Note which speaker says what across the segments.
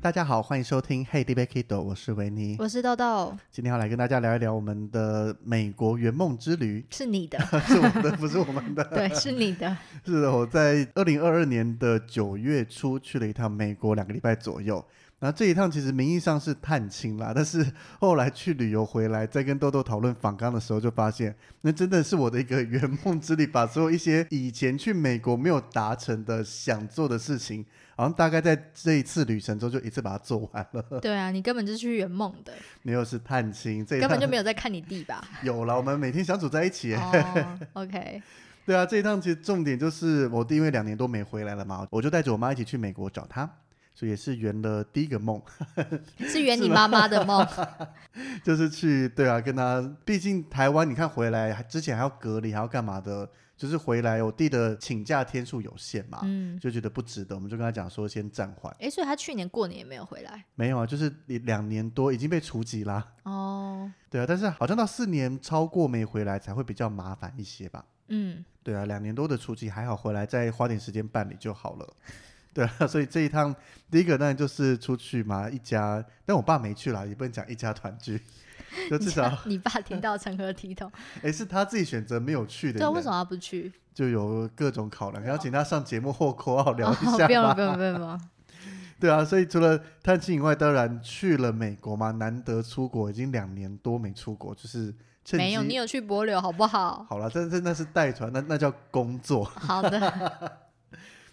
Speaker 1: 大家好，欢迎收听 Hey, d b Kido，我是维尼。
Speaker 2: 我是豆豆，
Speaker 1: 今天要来跟大家聊一聊我们的美国圆梦之旅，
Speaker 2: 是你的，
Speaker 1: 是我们的，不是我们的。
Speaker 2: 对，是你的，
Speaker 1: 是的，我在二零二二年的九月初去了一趟美国，两个礼拜左右。然后这一趟其实名义上是探亲啦，但是后来去旅游回来，在跟豆豆讨论访港的时候，就发现那真的是我的一个圆梦之旅，把所有一些以前去美国没有达成的想做的事情，好像大概在这一次旅程中就一次把它做完了。
Speaker 2: 对啊，你根本就是去圆梦的，
Speaker 1: 没有是探亲，这一
Speaker 2: 根
Speaker 1: 趟
Speaker 2: 本就没有在看你弟 吧？
Speaker 1: 有了，我们每天相处在一起耶。
Speaker 2: 哦，OK，
Speaker 1: 对啊，这一趟其实重点就是我弟因为两年多没回来了嘛，我就带着我妈一起去美国找他，所以也是圆了第一个梦，
Speaker 2: 是圆你妈妈的梦，
Speaker 1: 就是去对啊跟他，毕竟台湾你看回来还之前还要隔离还要干嘛的，就是回来我弟的请假天数有限嘛，
Speaker 2: 嗯，
Speaker 1: 就觉得不值得，我们就跟他讲说先暂缓，
Speaker 2: 诶，所以他去年过年也没有回来，
Speaker 1: 没有啊，就是两年多已经被除籍啦，
Speaker 2: 哦，
Speaker 1: 对啊，但是好像到四年超过没回来才会比较麻烦一些吧。
Speaker 2: 嗯，
Speaker 1: 对啊，两年多的初期还好，回来再花点时间办理就好了。 对啊，所以这一趟第一个当然就是出去嘛，一家，但我爸没去啦，也不能讲一家团聚，就至少
Speaker 2: 你爸听到成何体统？
Speaker 1: 哎是他自己选择没有去的，
Speaker 2: 对啊，为什？么他不去？
Speaker 1: 就有各种考量，要请他上节目或括号聊
Speaker 2: 哦
Speaker 1: 一下
Speaker 2: 不用
Speaker 1: 吧
Speaker 2: 了，不用了，不用了，
Speaker 1: 对啊，所以除了探亲以外，当然去了美国嘛，难得出国，已经两年多没出国，就是趁
Speaker 2: 没有，
Speaker 1: 机
Speaker 2: 你有去柏流好不好？
Speaker 1: 好了，但是那是带团，那那叫工作。
Speaker 2: 好的，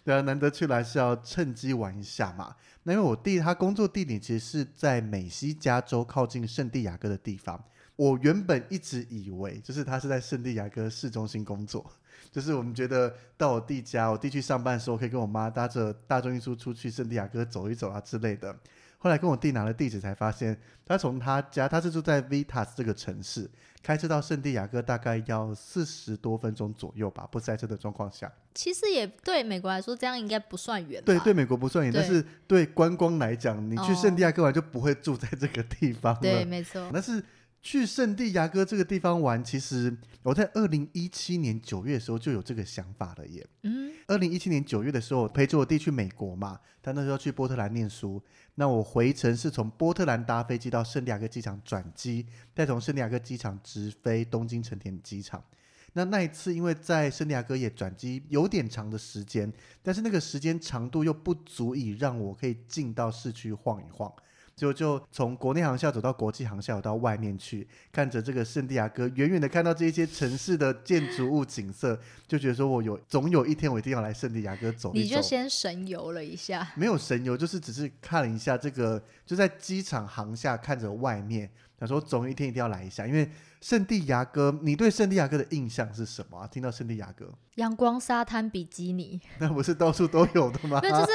Speaker 1: 对啊，难得去了还是要趁机玩一下嘛。那因为我弟他工作地点其实是在美西加州靠近圣地亚哥的地方。我原本一直以为就是他是在圣地亚哥市中心工作，就是我们觉得到我弟家，我弟去上班的时候可以跟我妈搭着大众运输出去圣地亚哥走一走啊之类的。后来跟我弟拿了地址才发现，他从他家，他是住在 Vitas 这个城市，开车到圣地亚哥大概要四十多分钟左右吧，不塞车的状况下。
Speaker 2: 其实也对美国来说，这样应该不算远吧？
Speaker 1: 对对，美国不算远，但
Speaker 2: 对
Speaker 1: 是对观光来讲，你去
Speaker 2: 哦
Speaker 1: 圣地亚哥玩就不会住在这个地方了。
Speaker 2: 对，没错，
Speaker 1: 但是去圣地亚哥这个地方玩，其实我在二零一七年九月的时候就有这个想法了耶。
Speaker 2: 嗯，
Speaker 1: 二零一七年九月的时候，我陪着我弟去美国嘛，他那时候去波特兰念书。那我回程是从波特兰搭飞机到圣地亚哥机场转机，再从圣地亚哥机场直飞东京成田机场。那那一次，因为在圣地亚哥也转机有点长的时间，但是那个时间长度又不足以让我可以进到市区晃一晃，就就从国内航校走到国际航校，走到外面去，看着这个圣地亚哥，远远的看到这一些城市的建筑物景色，就觉得说我有总有一天我一定要来圣地亚哥走
Speaker 2: 你
Speaker 1: 一
Speaker 2: 就
Speaker 1: 走。
Speaker 2: 先神游了一下，
Speaker 1: 没有神游，就是只是看了一下这个，就在机场航下看着外面，想说总有一天一定要来一下。因为圣地亚哥，你对圣地亚哥的印象是什么啊、听到圣地亚哥，
Speaker 2: 阳光沙滩比基尼。
Speaker 1: 那不是到处都有的 吗？
Speaker 2: 没有，就是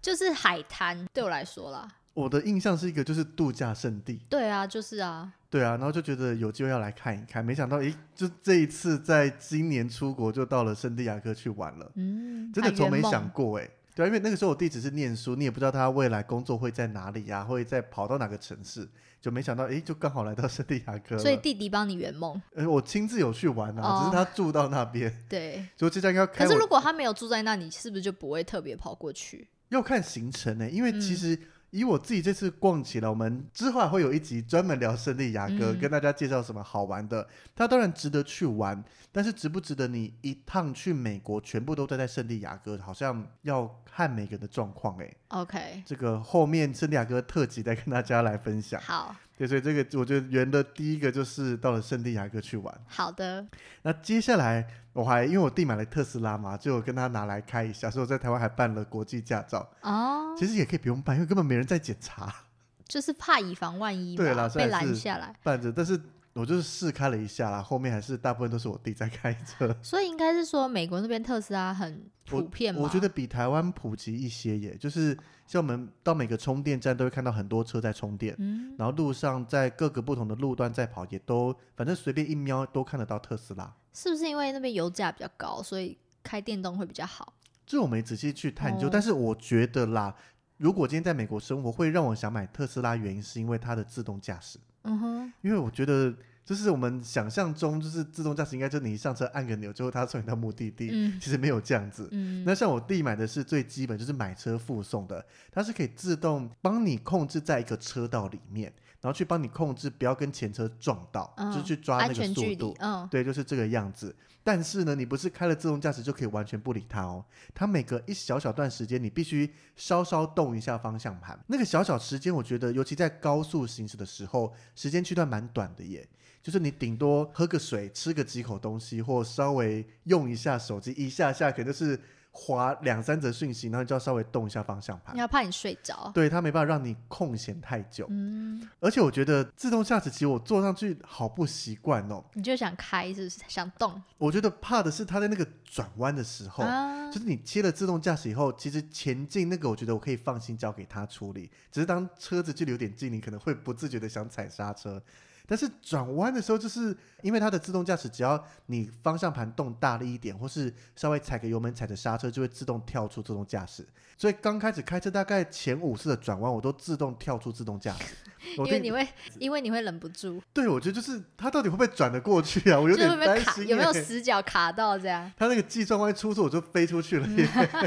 Speaker 2: 就是海滩，对我来说啦，
Speaker 1: 我的印象是一个就是度假胜地，
Speaker 2: 对啊，就是啊，
Speaker 1: 对啊，然后就觉得有机会要来看一看，没想到诶，就这一次在今年出国就到了圣地亚哥去玩了，
Speaker 2: 嗯，
Speaker 1: 真的
Speaker 2: 海
Speaker 1: 从
Speaker 2: 圆
Speaker 1: 没
Speaker 2: 梦
Speaker 1: 想过诶。对啊，因为那个时候我弟只是念书，你也不知道他未来工作会在哪里啊，会再跑到哪个城市，就没想到诶，就刚好来到圣地亚哥了。
Speaker 2: 所以弟弟帮你圆梦，
Speaker 1: 呃，我亲自有去玩啊，只
Speaker 2: 哦
Speaker 1: 是他住到那边，
Speaker 2: 对。
Speaker 1: 所以这家应该要
Speaker 2: 可
Speaker 1: 开
Speaker 2: 是
Speaker 1: 我
Speaker 2: 如果他没有住在那里，是不是就不会特别跑过去？
Speaker 1: 要看行程呢、因为其
Speaker 2: 嗯
Speaker 1: 实以我自己这次逛起来，我们之后还会有一集专门聊圣地亚哥，
Speaker 2: 嗯
Speaker 1: 跟大家介绍什么好玩的。它当然值得去玩，但是值不值得你一趟去美国全部都待在圣地亚哥，好像要看每个人的状况哎、
Speaker 2: OK，
Speaker 1: 这个后面圣地亚哥特辑再跟大家来分享。
Speaker 2: 好
Speaker 1: 对，所以这个我觉得圆的第一个就是到了圣地亚哥去玩。
Speaker 2: 好的，
Speaker 1: 那接下来我还因为我弟买了特斯拉嘛，就有跟他拿来开一下，所以我在台湾还办了国际驾照。
Speaker 2: 哦，
Speaker 1: 其实也可以不用办，因为根本没人在检查
Speaker 2: 就是怕以防万一
Speaker 1: 对啦
Speaker 2: 嘛，
Speaker 1: 虽
Speaker 2: 被
Speaker 1: 然是
Speaker 2: 拦下来，
Speaker 1: 办着，但是我就是试开了一下啦，后面还是大部分都是我弟在开 车。
Speaker 2: 所以应该是说美国那边特斯拉很普遍嘛？
Speaker 1: 我觉得比台湾普及一些耶，就是像我们到每个充电站都会看到很多车在充电，
Speaker 2: 嗯，
Speaker 1: 然后路上在各个不同的路段在跑，也都反正随便一瞄都看得到特斯拉。
Speaker 2: 是不是因为那边油价比较高，所以开电动会比较好？
Speaker 1: 这我没仔细去探究，
Speaker 2: 哦
Speaker 1: 但是我觉得啦，如果今天在美国生活，会让我想买特斯拉，原因是因为它的自动驾驶，
Speaker 2: 嗯哼，
Speaker 1: 因为我觉得就是我们想象中就是自动驾驶应该就是你一上车按个钮，之后它送你到目的地，
Speaker 2: 嗯
Speaker 1: 其实没有这样子。
Speaker 2: 嗯，
Speaker 1: 那像我弟买的是最基本，就是买车附送的，它是可以自动帮你控制在一个车道里面，然后去帮你控制不要跟前车撞到，
Speaker 2: 嗯
Speaker 1: 就是去抓那
Speaker 2: 安
Speaker 1: 个
Speaker 2: 全
Speaker 1: 速
Speaker 2: 距
Speaker 1: 度啊
Speaker 2: 离，。嗯，
Speaker 1: 对，就是这个样子。但是呢，你不是开了自动驾驶就可以完全不理它哦，它每隔一小小段时间，你必须稍稍动一下方向盘。那个小小时间，我觉得尤其在高速行驶的时候，时间区段蛮短的耶。就是你顶多喝个水、吃个几口东西，或稍微用一下手机，一下下可能就是划两三则讯息，然后你就要稍微动一下方向盘
Speaker 2: 你。要怕你睡着，
Speaker 1: 对，它没办法让你空闲太久。
Speaker 2: 嗯，
Speaker 1: 而且我觉得自动驾驶其实我坐上去好不习惯哦。
Speaker 2: 你就想开是不是？想动
Speaker 1: 我觉得怕的是它在那个转弯的时候，
Speaker 2: 啊？
Speaker 1: 就是你切了自动驾驶以后，其实前进那个我觉得我可以放心交给它处理。只是当车子距离有点近，你可能会不自觉的想踩刹车。但是转弯的时候，就是因为它的自动驾驶，只要你方向盘动大力一点，或是稍微踩个油门、踩着刹车，就会自动跳出自动驾驶。所以刚开始开车大概前五次的转弯，我都自动跳出自动驾驶。我
Speaker 2: 因为
Speaker 1: 弟
Speaker 2: 你会，因为你会忍不住，
Speaker 1: 对我觉得就是它到底会不会转得过去啊？我有
Speaker 2: 就是
Speaker 1: 点
Speaker 2: 会不
Speaker 1: 担
Speaker 2: 会卡，
Speaker 1: 心、
Speaker 2: 有没有
Speaker 1: 欸
Speaker 2: 死角卡到这样？
Speaker 1: 他那个计算万一出错，我就飞出去了耶，
Speaker 2: 嗯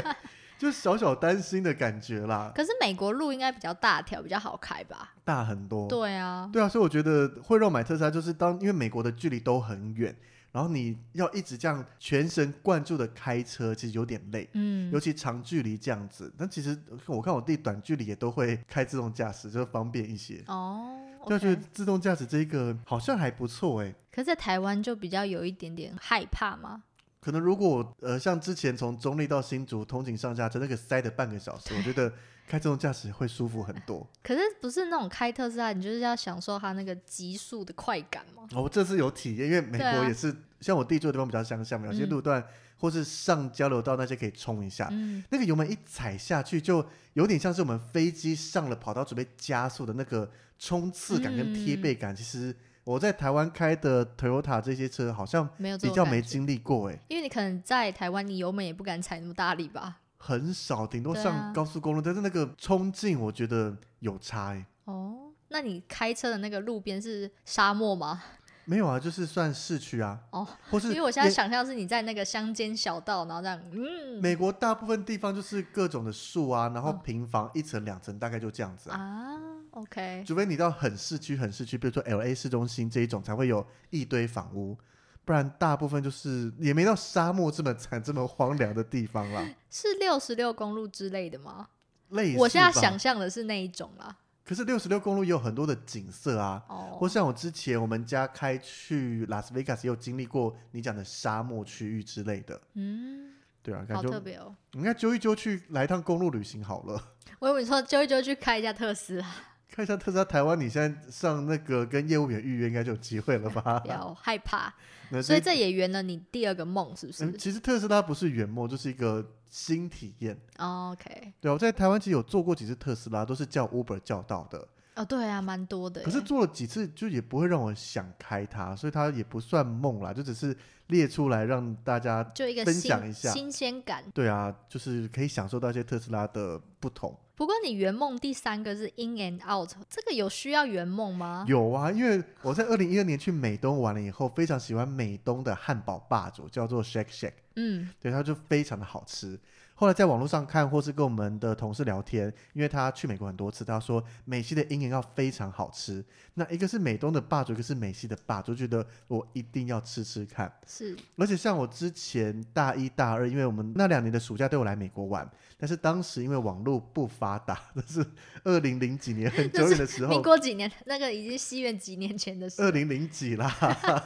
Speaker 1: 就小小担心的感觉啦，
Speaker 2: 可是美国路应该比较大条，比较好开吧？
Speaker 1: 大很多。
Speaker 2: 对啊，
Speaker 1: 对啊，所以我觉得会让我买特斯拉，就是当因为美国的距离都很远，然后你要一直这样全神贯注的开车，其实有点累。
Speaker 2: 嗯
Speaker 1: 尤，其长距离这样子，但其实我看我弟短距离也都会开自动驾驶，就方便一些。
Speaker 2: 哦
Speaker 1: 就
Speaker 2: o
Speaker 1: 是
Speaker 2: k
Speaker 1: 自动驾驶这一个好像还不错哎、
Speaker 2: 可是在台湾就比较有一点点害怕嘛，
Speaker 1: 可能如果我呃像之前从中立到新竹通勤上下车那个塞的半个小时，我觉得开自动驾驶会舒服很多。
Speaker 2: 可是不是那种开特斯拉，你就是要享受它那个极速的快感吗？
Speaker 1: 哦我、这次有体验，因为美
Speaker 2: 对
Speaker 1: 国
Speaker 2: 啊
Speaker 1: 也是、像我弟住的地方比较乡下嘛，有些
Speaker 2: 嗯
Speaker 1: 路段、或是上交流道那些可以冲一下，
Speaker 2: 嗯，
Speaker 1: 那个油门一踩下去就有点像是我们飞机上了跑道准备加速的那个冲刺感跟贴背感。其实我在台湾开的 Toyota 这些车好像
Speaker 2: 没有这
Speaker 1: 比
Speaker 2: 种
Speaker 1: 较
Speaker 2: 感
Speaker 1: 没
Speaker 2: 觉
Speaker 1: 经历过哎、
Speaker 2: 因为你可能在台湾，你油门也不敢踩那么大力吧？
Speaker 1: 很少，顶多
Speaker 2: 对
Speaker 1: 上
Speaker 2: 啊
Speaker 1: 高速公路，但是那个冲劲我觉得有差哎、
Speaker 2: 哦，那你开车的那个路边是沙漠吗？
Speaker 1: 没有啊，就是算市区啊，
Speaker 2: 哦，
Speaker 1: 或是
Speaker 2: 因为我现在
Speaker 1: 也
Speaker 2: 想象是你在那个乡间小道，然后这样，嗯
Speaker 1: 美国大部分地方就是各种的树啊，然后
Speaker 2: 嗯
Speaker 1: 平房一层两层大概就这样子啊。
Speaker 2: 啊，OK，
Speaker 1: 除非你到很市区、很市区，比如说 L A 市中心这一种，才会有一堆房屋，不然大部分就是也没到沙漠这么惨、这么荒凉的地方啦。
Speaker 2: 是六十六公路之类的吗？
Speaker 1: 类似
Speaker 2: 我现在
Speaker 1: 吧
Speaker 2: 想，象的是那一种啦。
Speaker 1: 可是六十六公路也有很多的景色啊，
Speaker 2: 哦，
Speaker 1: 或像我之前我们家开去拉斯维加斯，也有经历过你讲的沙漠区域之类的，
Speaker 2: 嗯，
Speaker 1: 对啊，感
Speaker 2: 好
Speaker 1: 觉
Speaker 2: 特别哦。
Speaker 1: 你应该揪一揪去来一趟公路旅行好了。
Speaker 2: 我以为你说揪一揪去开一下特斯拉，
Speaker 1: 看一下特斯拉台湾，你现在上那个跟业务员预约，应该就有机会了 吧
Speaker 2: 不？要害怕。
Speaker 1: 那
Speaker 2: 所以
Speaker 1: 这
Speaker 2: 这也圆了你第二个梦，是不是
Speaker 1: 嗯，其实特斯拉不是圆梦，就是一个新体验。
Speaker 2: 哦？OK，
Speaker 1: 对啊，我在台湾其实有坐过几次特斯拉，都是叫 Uber 叫到的，
Speaker 2: 哦，对啊，蛮多的耶。
Speaker 1: 可是坐了几次就也不会让我想开它，所以它也不算梦啦，就只是列出来让大家
Speaker 2: 就一个
Speaker 1: 分
Speaker 2: 新
Speaker 1: 享一下
Speaker 2: 新鲜感。
Speaker 1: 对啊，就是可以享受到一些特斯拉的不同。
Speaker 2: 不过你圆梦第三个是 in and out，这个有需要圆梦吗？
Speaker 1: 有啊，因为我在二零一二年去美东玩了以后，非常喜欢美东的汉堡霸主，叫做 Shake Shake，
Speaker 2: 嗯，
Speaker 1: 对，它就非常的好吃。后来在网络上看，或是跟我们的同事聊天，因为他去美国很多次，他说美西的鹰眼要非常好吃。那一个是美东的霸主，一个是美西的霸主，觉得我一定要吃吃看。
Speaker 2: 是
Speaker 1: 而且像我之前大一大二，因为我们那两年的暑假都有来美国玩，但是当时因为网络不发达，那是二零零几年很久远的时
Speaker 2: 民
Speaker 1: 候，
Speaker 2: 国几年，那个已经西元几年前的事
Speaker 1: 二
Speaker 2: 了，
Speaker 1: 零零几啦，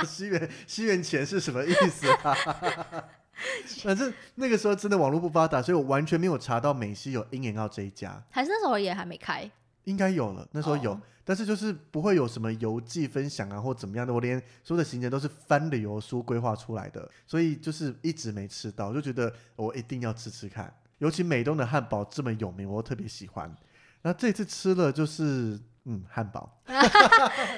Speaker 1: 西元西元前是什么意思啊？反正那个时候真的网络不发达，所以我完全没有查到美西有鹰眼澳这一家，
Speaker 2: 还是那时候也还没开，
Speaker 1: 应该有了，那时候有，
Speaker 2: 哦
Speaker 1: 但是就是不会有什么游记分享啊或怎么样的，我连所有的行程都是翻旅游书规划出来的，所以就是一直没吃到，就觉得我一定要吃吃看。尤其美东的汉堡这么有名，我特别喜欢。那这次吃了就是嗯汉堡，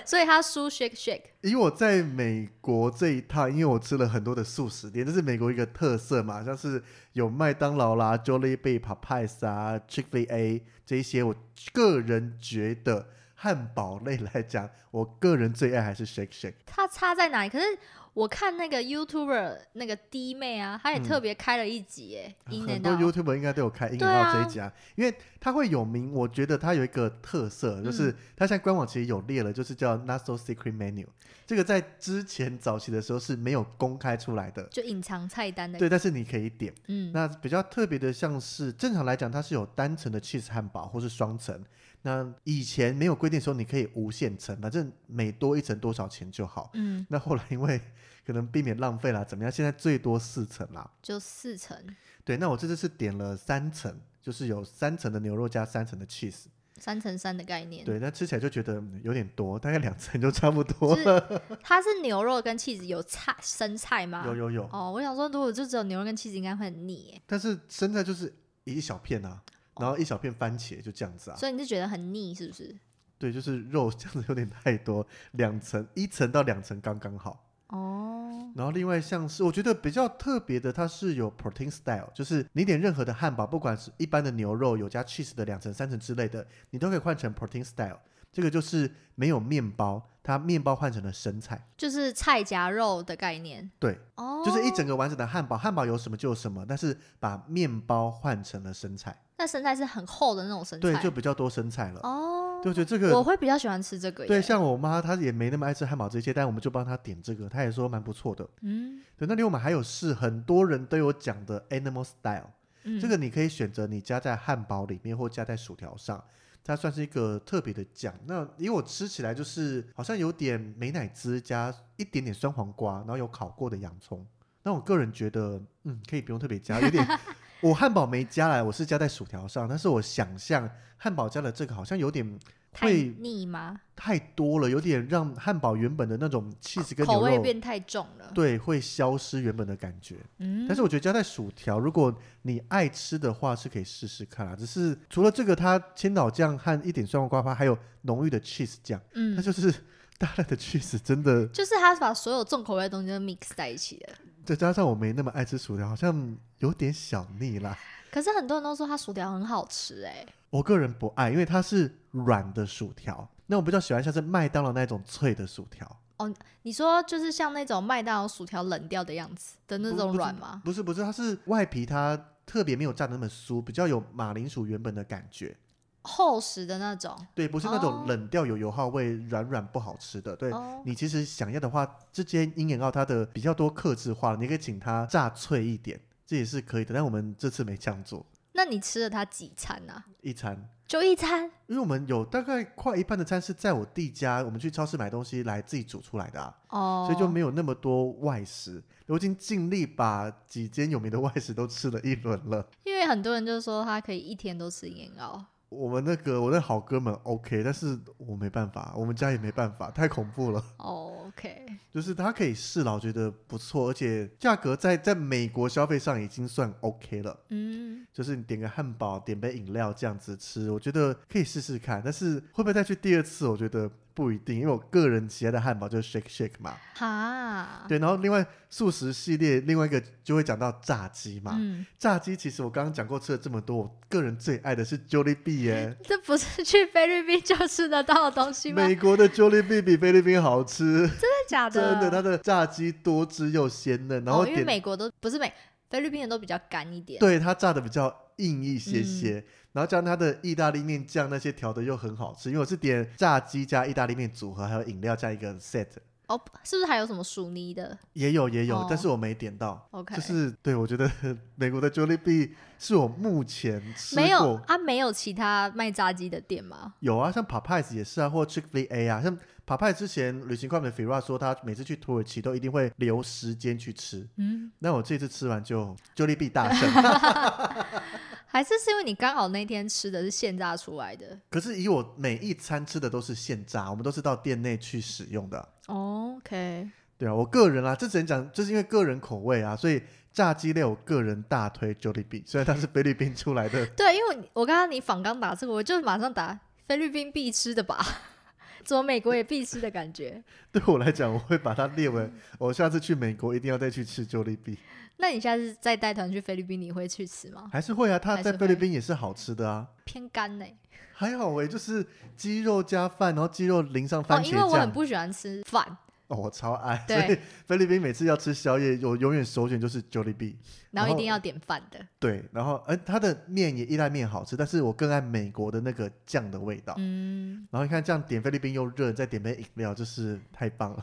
Speaker 2: 所以他输 shake shake
Speaker 1: 以我在美国这一趟，因为我吃了很多的素食店，这是美国一个特色嘛，像是有麦当劳啦、Jollibee、Popeyes 啊、Chick-fil-A 这一些，我个人觉得汉堡类来讲，我个人最爱还是 Shake Shake。
Speaker 2: 它差在哪里？可是我看那个 YouTuber 那个弟妹啊，她也特别开了一集耶，In
Speaker 1: 嗯很
Speaker 2: and
Speaker 1: 多
Speaker 2: Out，
Speaker 1: YouTuber 应该都有开英语
Speaker 2: 对啊
Speaker 1: 到这一家，因为它会有名。我觉得它有一个特色，
Speaker 2: 嗯
Speaker 1: 就是它现在官网其实有列了，就是叫 Not So Secret Menu。这个在之前早期的时候是没有公开出来的，
Speaker 2: 就隐藏菜单的，
Speaker 1: 对，但是你可以点。
Speaker 2: 嗯，
Speaker 1: 那比较特别的，像是正常来讲，它是有单层的 cheese 汉堡或是双层。那以前没有规定说你可以无限层，反正每多一层多少钱就好。
Speaker 2: 嗯，
Speaker 1: 那后来因为可能避免浪费啦，怎么样？现在最多四层啦。
Speaker 2: 就四层，
Speaker 1: 对，那我这次是点了三层，就是有三层的牛肉加三层的 cheese。
Speaker 2: 三乘三的概念。
Speaker 1: 对，那吃起来就觉得嗯有点多，大概两层就差不多
Speaker 2: 就是
Speaker 1: 了。
Speaker 2: 它是牛肉跟 cheese 有菜生菜吗？
Speaker 1: 有有有，
Speaker 2: 哦，我想说，如果就只有牛肉跟 cheese 应该会很腻耶，
Speaker 1: 但是生菜就是一小片啊，然
Speaker 2: 哦
Speaker 1: 后一小片番茄就这样子啊。
Speaker 2: 所以你是觉得很腻是不是？
Speaker 1: 对，就是肉这样子有点太多，两层一层到两层刚刚好。
Speaker 2: 哦，
Speaker 1: 然后另外像是我觉得比较特别的，它是有 protein style，就是你点任何的汉堡，不管是一般的牛肉有加 cheese 的两层、三层之类的，你都可以换成 protein style。这个就是没有面包，它面包换成了生菜，
Speaker 2: 就是菜夹肉的概念。
Speaker 1: 对，
Speaker 2: 哦，
Speaker 1: 就是一整个完整的汉堡，汉堡有什么就有什么，但是把面包换成了生菜，
Speaker 2: 那生菜是很厚的那种生菜，
Speaker 1: 对，就比较多生菜了。
Speaker 2: 哦，
Speaker 1: 对，我觉得这个
Speaker 2: 我会比较喜欢吃这个耶。
Speaker 1: 对，像我妈她也没那么爱吃汉堡这些，但我们就帮她点这个，她也说蛮不错的。
Speaker 2: 嗯
Speaker 1: 对，那另外我们还有是很多人都有讲的 Animal Style，、
Speaker 2: 嗯，
Speaker 1: 这个你可以选择你加在汉堡里面或加在薯条上，它算是一个特别的酱。那因为我吃起来就是好像有点美乃滋加一点点酸黄瓜，然后有烤过的洋葱。那我个人觉得，嗯，可以不用特别加，有 点。我汉堡没加来，我是加在薯条上，但是我想象汉堡加了这个好像有点
Speaker 2: 太
Speaker 1: 会
Speaker 2: 腻吗？
Speaker 1: 太多了，有点让汉堡原本的那种 cheese 跟
Speaker 2: 口
Speaker 1: 牛
Speaker 2: 味
Speaker 1: 肉
Speaker 2: 变太重了。
Speaker 1: 对会消失原本的感觉。
Speaker 2: 嗯，
Speaker 1: 但是我觉得加在薯条，如果你爱吃的话，是可以试试看啦。啊只是除了这个，它千岛酱和一点酸黄瓜花，还有浓郁的 cheese 酱，它
Speaker 2: 嗯，
Speaker 1: 就是大量的 cheese，真的。
Speaker 2: 就是他把所有重口味的东西都 mix 在一起的。
Speaker 1: 再加上我没那么爱吃薯条，好像有点小腻啦。
Speaker 2: 可是很多人都说他薯条很好吃哎、
Speaker 1: 我个人不爱，因为它是软的薯条。那我比较喜欢像是麦当劳那种脆的薯条，
Speaker 2: 你说就是像那种麦当劳薯条冷掉的样子的那
Speaker 1: 不
Speaker 2: 种
Speaker 1: 不是
Speaker 2: 软吗？
Speaker 1: 不是不是，它是外皮它特别没有炸的那么酥，比较有马铃薯原本的感觉。
Speaker 2: 厚实的那种。
Speaker 1: 对，不是那
Speaker 2: 哦
Speaker 1: 种冷掉有油耗味、软软不好吃的。对，
Speaker 2: 哦，
Speaker 1: 你其实想要的话，这间鹰眼澳它的比较多克制化，你可以请它炸脆一点，这也是可以的。但我们这次没这样做，
Speaker 2: 那你吃了它几餐啊？
Speaker 1: 一餐，
Speaker 2: 就一餐
Speaker 1: 因为我们有大概快一半的餐是在我弟家，我们去超市买东西来自己煮出来的、啊，
Speaker 2: 哦，
Speaker 1: 所以就没有那么多外食。我已经尽力把几间有名的外食都吃了一轮了。
Speaker 2: 因为很多人就说他可以一天都吃烟熬，
Speaker 1: 我们那个我那好哥们 OK，但是我没办法，我们家也没办法，太恐怖了。
Speaker 2: 哦，OK，
Speaker 1: 就是它可以试了，我觉得不错，而且价格在在美国消费上已经算 OK 了。
Speaker 2: 嗯，
Speaker 1: 就是你点个汉堡，点杯饮料这样子吃，我觉得可以试试看。但是会不会再去第二次，我觉得不一定，因为我个人喜爱的汉堡就是 Shake Shake 嘛。
Speaker 2: 哈，
Speaker 1: 对，然后另外素食系列另外一个就会讲到炸鸡嘛。
Speaker 2: 嗯，
Speaker 1: 炸鸡其实我刚刚讲过吃了这么多，我个人最爱的是 Jollibee 耶、
Speaker 2: 这不是去菲律宾就吃得到的东西吗？真
Speaker 1: 美国的 Jollibee 比菲律宾好吃，
Speaker 2: 的假
Speaker 1: 真的，它
Speaker 2: 的，哦
Speaker 1: 的炸鸡多汁又鲜嫩，然后
Speaker 2: 哦、因为
Speaker 1: 点
Speaker 2: 美国都不是美菲律宾的都比较干一点。嗯
Speaker 1: 对它炸的比较硬一些些，然后加上它的意大利面酱那些调的又很好吃，因为我是点炸鸡加意大利面组合，还有饮料加一个 set，
Speaker 2: 哦，是不是还有什么薯泥的
Speaker 1: 也有也有，
Speaker 2: 哦
Speaker 1: 但是我没点到。
Speaker 2: ？OK，
Speaker 1: 就是对我觉得 美国的 Jollibee 是我目前吃过
Speaker 2: 没有啊，没有其他卖炸鸡的店吗？
Speaker 1: 有啊，像 Popeyes 也是啊，或 Chick Fil A 啊，像 Popeyes 之前旅行快门 Fira 说他每次去土耳其都一定会留时间去吃，
Speaker 2: 嗯，
Speaker 1: 那我这次吃完就 Jollibee 大胜。
Speaker 2: 还是是因为你刚好那天吃的是现炸出来的
Speaker 1: 可是以我每一餐吃的都是现炸，我们都是到店内去使用的。
Speaker 2: 哦？OK，，
Speaker 1: 对啊，我个人啊，这只能讲，就是因为个人口味啊，所以炸鸡类我个人大推 Jollibee，虽然它是菲律宾出来的
Speaker 2: 对，因为我刚刚你仿刚打这个，我就马上打菲律宾必吃的吧， 怎么美国也必吃的感觉？
Speaker 1: 对我来讲，我会把它列为我下次去美国一定要再去吃 Jollibee，
Speaker 2: 那你下次再带团去菲律宾，你会去吃吗？
Speaker 1: 还是会啊，它
Speaker 2: 还是
Speaker 1: 在
Speaker 2: 会
Speaker 1: 菲律宾也是好吃的啊，
Speaker 2: 偏干欸呢、
Speaker 1: 还好诶、就是鸡肉加饭，然后鸡肉淋上
Speaker 2: 哦，
Speaker 1: 番茄
Speaker 2: 因为我
Speaker 1: 酱
Speaker 2: 很，不喜欢吃饭，
Speaker 1: 哦，我超爱，所
Speaker 2: 对
Speaker 1: 以菲律宾每次要吃宵夜，我永远首选就是 Jollibee。然
Speaker 2: 然后
Speaker 1: 后
Speaker 2: 一定要点饭的。
Speaker 1: 对，然后嗯，它的面也意大利面好吃，但是我更爱美国的那个酱的味道。
Speaker 2: 嗯，
Speaker 1: 然后你看这样点菲律宾又热，再点杯饮料，就是太棒了。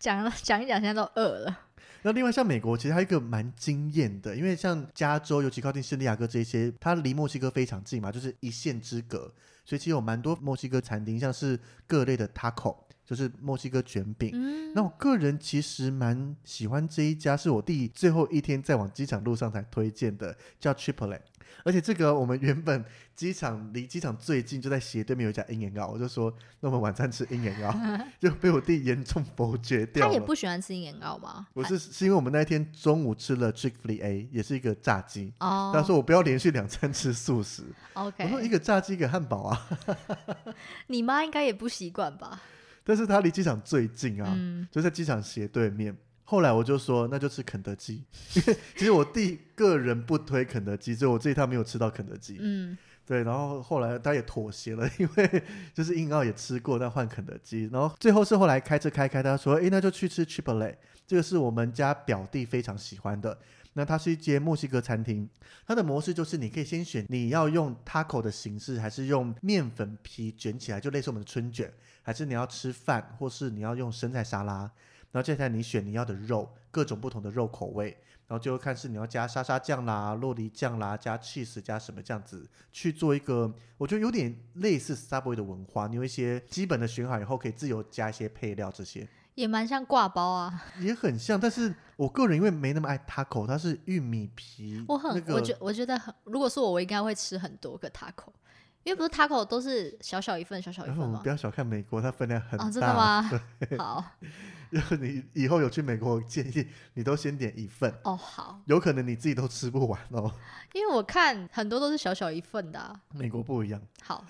Speaker 2: 讲了讲一讲，现在都饿了。
Speaker 1: 那另外像美国，其实还有一个蛮惊艳的，因为像加州，尤其靠近圣地亚哥这些，它离墨西哥非常近嘛，就是一线之隔，所以其实有蛮多墨西哥餐厅，像是各类的 taco，就是墨西哥卷饼。
Speaker 2: 嗯，
Speaker 1: 那我个人其实蛮喜欢这一家，是我弟最后一天在往机场路上才推荐的，叫 Triple。而且这个我们原本机场离机场最近就在斜对面有一家鹰眼糕，我就说那我们晚餐吃鹰眼糕， 就被我弟严重否决掉
Speaker 2: 他也
Speaker 1: 了。
Speaker 2: 不喜欢吃盐糕吗？
Speaker 1: 我是是因为我们那天中午吃了 Chick Fil A，也是一个炸鸡。
Speaker 2: 哦，
Speaker 1: 他说我不要连续两餐吃素食，我说一
Speaker 2: OK，
Speaker 1: 个炸鸡一个汉堡啊，
Speaker 2: 你妈应该也不习惯吧？
Speaker 1: 但是他离机场最近啊，
Speaker 2: 嗯，
Speaker 1: 就在机场斜对面。后来我就说，那就吃肯德基。 其实我弟个人不推肯德基，所以我这一趟没有吃到肯德基。
Speaker 2: 嗯，
Speaker 1: 对，然后后来他也妥协了， 因为就是硬澳也吃过，但换肯德基。然后最后是后来开车开开，他说：“诶，那就去吃 Chipotle，这个是我们家表弟非常喜欢的。那它是一间墨西哥餐厅，它的模式就是你可以先选你要用 taco 的形式，还是用面粉皮卷起来，就类似我们的春卷，还是你要吃饭，或是你要用生菜沙拉。然后接下来你选你要的肉，各种不同的肉口味，然后最后看是你要加沙沙酱啦、洛梨酱啦、加 cheese 加什么这样子。去做一个，我觉得有点类似 Subway 的文化。你有一些基本的选好以后，可以自由加一些配料，这些
Speaker 2: 也蛮像挂包啊。
Speaker 1: 也很像。但是我个人因为没那么爱 taco，它是玉米皮，
Speaker 2: 我很，
Speaker 1: 那个
Speaker 2: 我觉我觉得很，如果是我，我应该会吃很多个 taco，因为不是 taco 都是小小一份，小小一
Speaker 1: 然后我
Speaker 2: 份
Speaker 1: 们
Speaker 2: 吗
Speaker 1: 不？要小看美国，它分量很大。
Speaker 2: 啊，真的？吗？ 好，
Speaker 1: 你以后有去美国，我建议你都先点一份，
Speaker 2: 哦，好，
Speaker 1: 有可能你自己都吃不完哦。
Speaker 2: 因为我看很多都是小小一份的啊、
Speaker 1: 美国不一样。
Speaker 2: 好，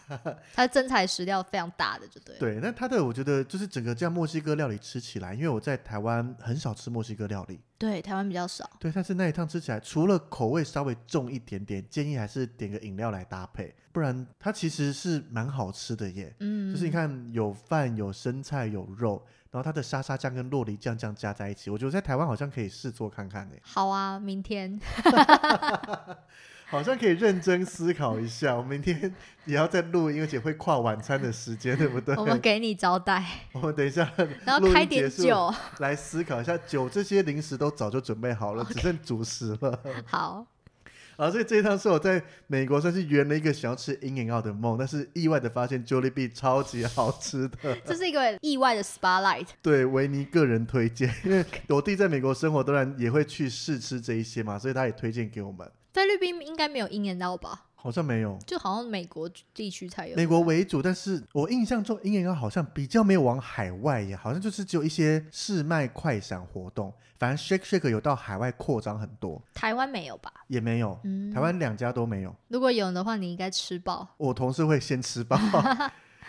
Speaker 2: 它真材实料非常大的，就对了。
Speaker 1: 对，那它的我觉得就是整个这样墨西哥料理吃起来，因为我在台湾很少吃墨西哥料理，
Speaker 2: 对，台湾比较少。
Speaker 1: 对，但是那一趟吃起来，除了口味稍微重一点点，建议还是点个饮料来搭配，不然它其实是蛮好吃的耶。
Speaker 2: 嗯，
Speaker 1: 就是你看有饭有生菜有肉，然后它的沙沙酱跟洛梨酱酱加在一起，我觉得在台湾好像可以试做看看呢，
Speaker 2: 好啊，明天
Speaker 1: 好像可以认真思考一下。我明天也要再录音，而且会跨晚餐的时间，对不对？
Speaker 2: 我们给你招待，
Speaker 1: 我们等一下
Speaker 2: 然
Speaker 1: 录
Speaker 2: 后
Speaker 1: 音
Speaker 2: 开
Speaker 1: 结
Speaker 2: 点
Speaker 1: 束
Speaker 2: 酒。
Speaker 1: 来思考一下，酒这些零食都早就准备好了，只剩主食了。
Speaker 2: 好，
Speaker 1: 啊，所以这一趟是我在美国算是圆了一个想要吃鹰眼澳的梦，但是意外的发现 Jollibee 超级好吃的，
Speaker 2: 这是一个意外的 spotlight。
Speaker 1: 对维尼个人推荐，因为我弟在美国生活，当然也会去试吃这一些嘛，所以他也推荐给我们。
Speaker 2: 菲律宾应该没有鹰眼到吧？
Speaker 1: 好像没有
Speaker 2: 就好像美国地区才有。
Speaker 1: 美国为主，但是我印象中鹰眼澳好像比较没有往海外耶，好像就是只有一些试卖快闪活动，反正 Shake Shake 有到海外扩张很多，
Speaker 2: 台湾没有吧？
Speaker 1: 也没有，
Speaker 2: 嗯，
Speaker 1: 台湾两家都没有。
Speaker 2: 如果有的话，你应该吃爆。
Speaker 1: 我同事会先吃饱。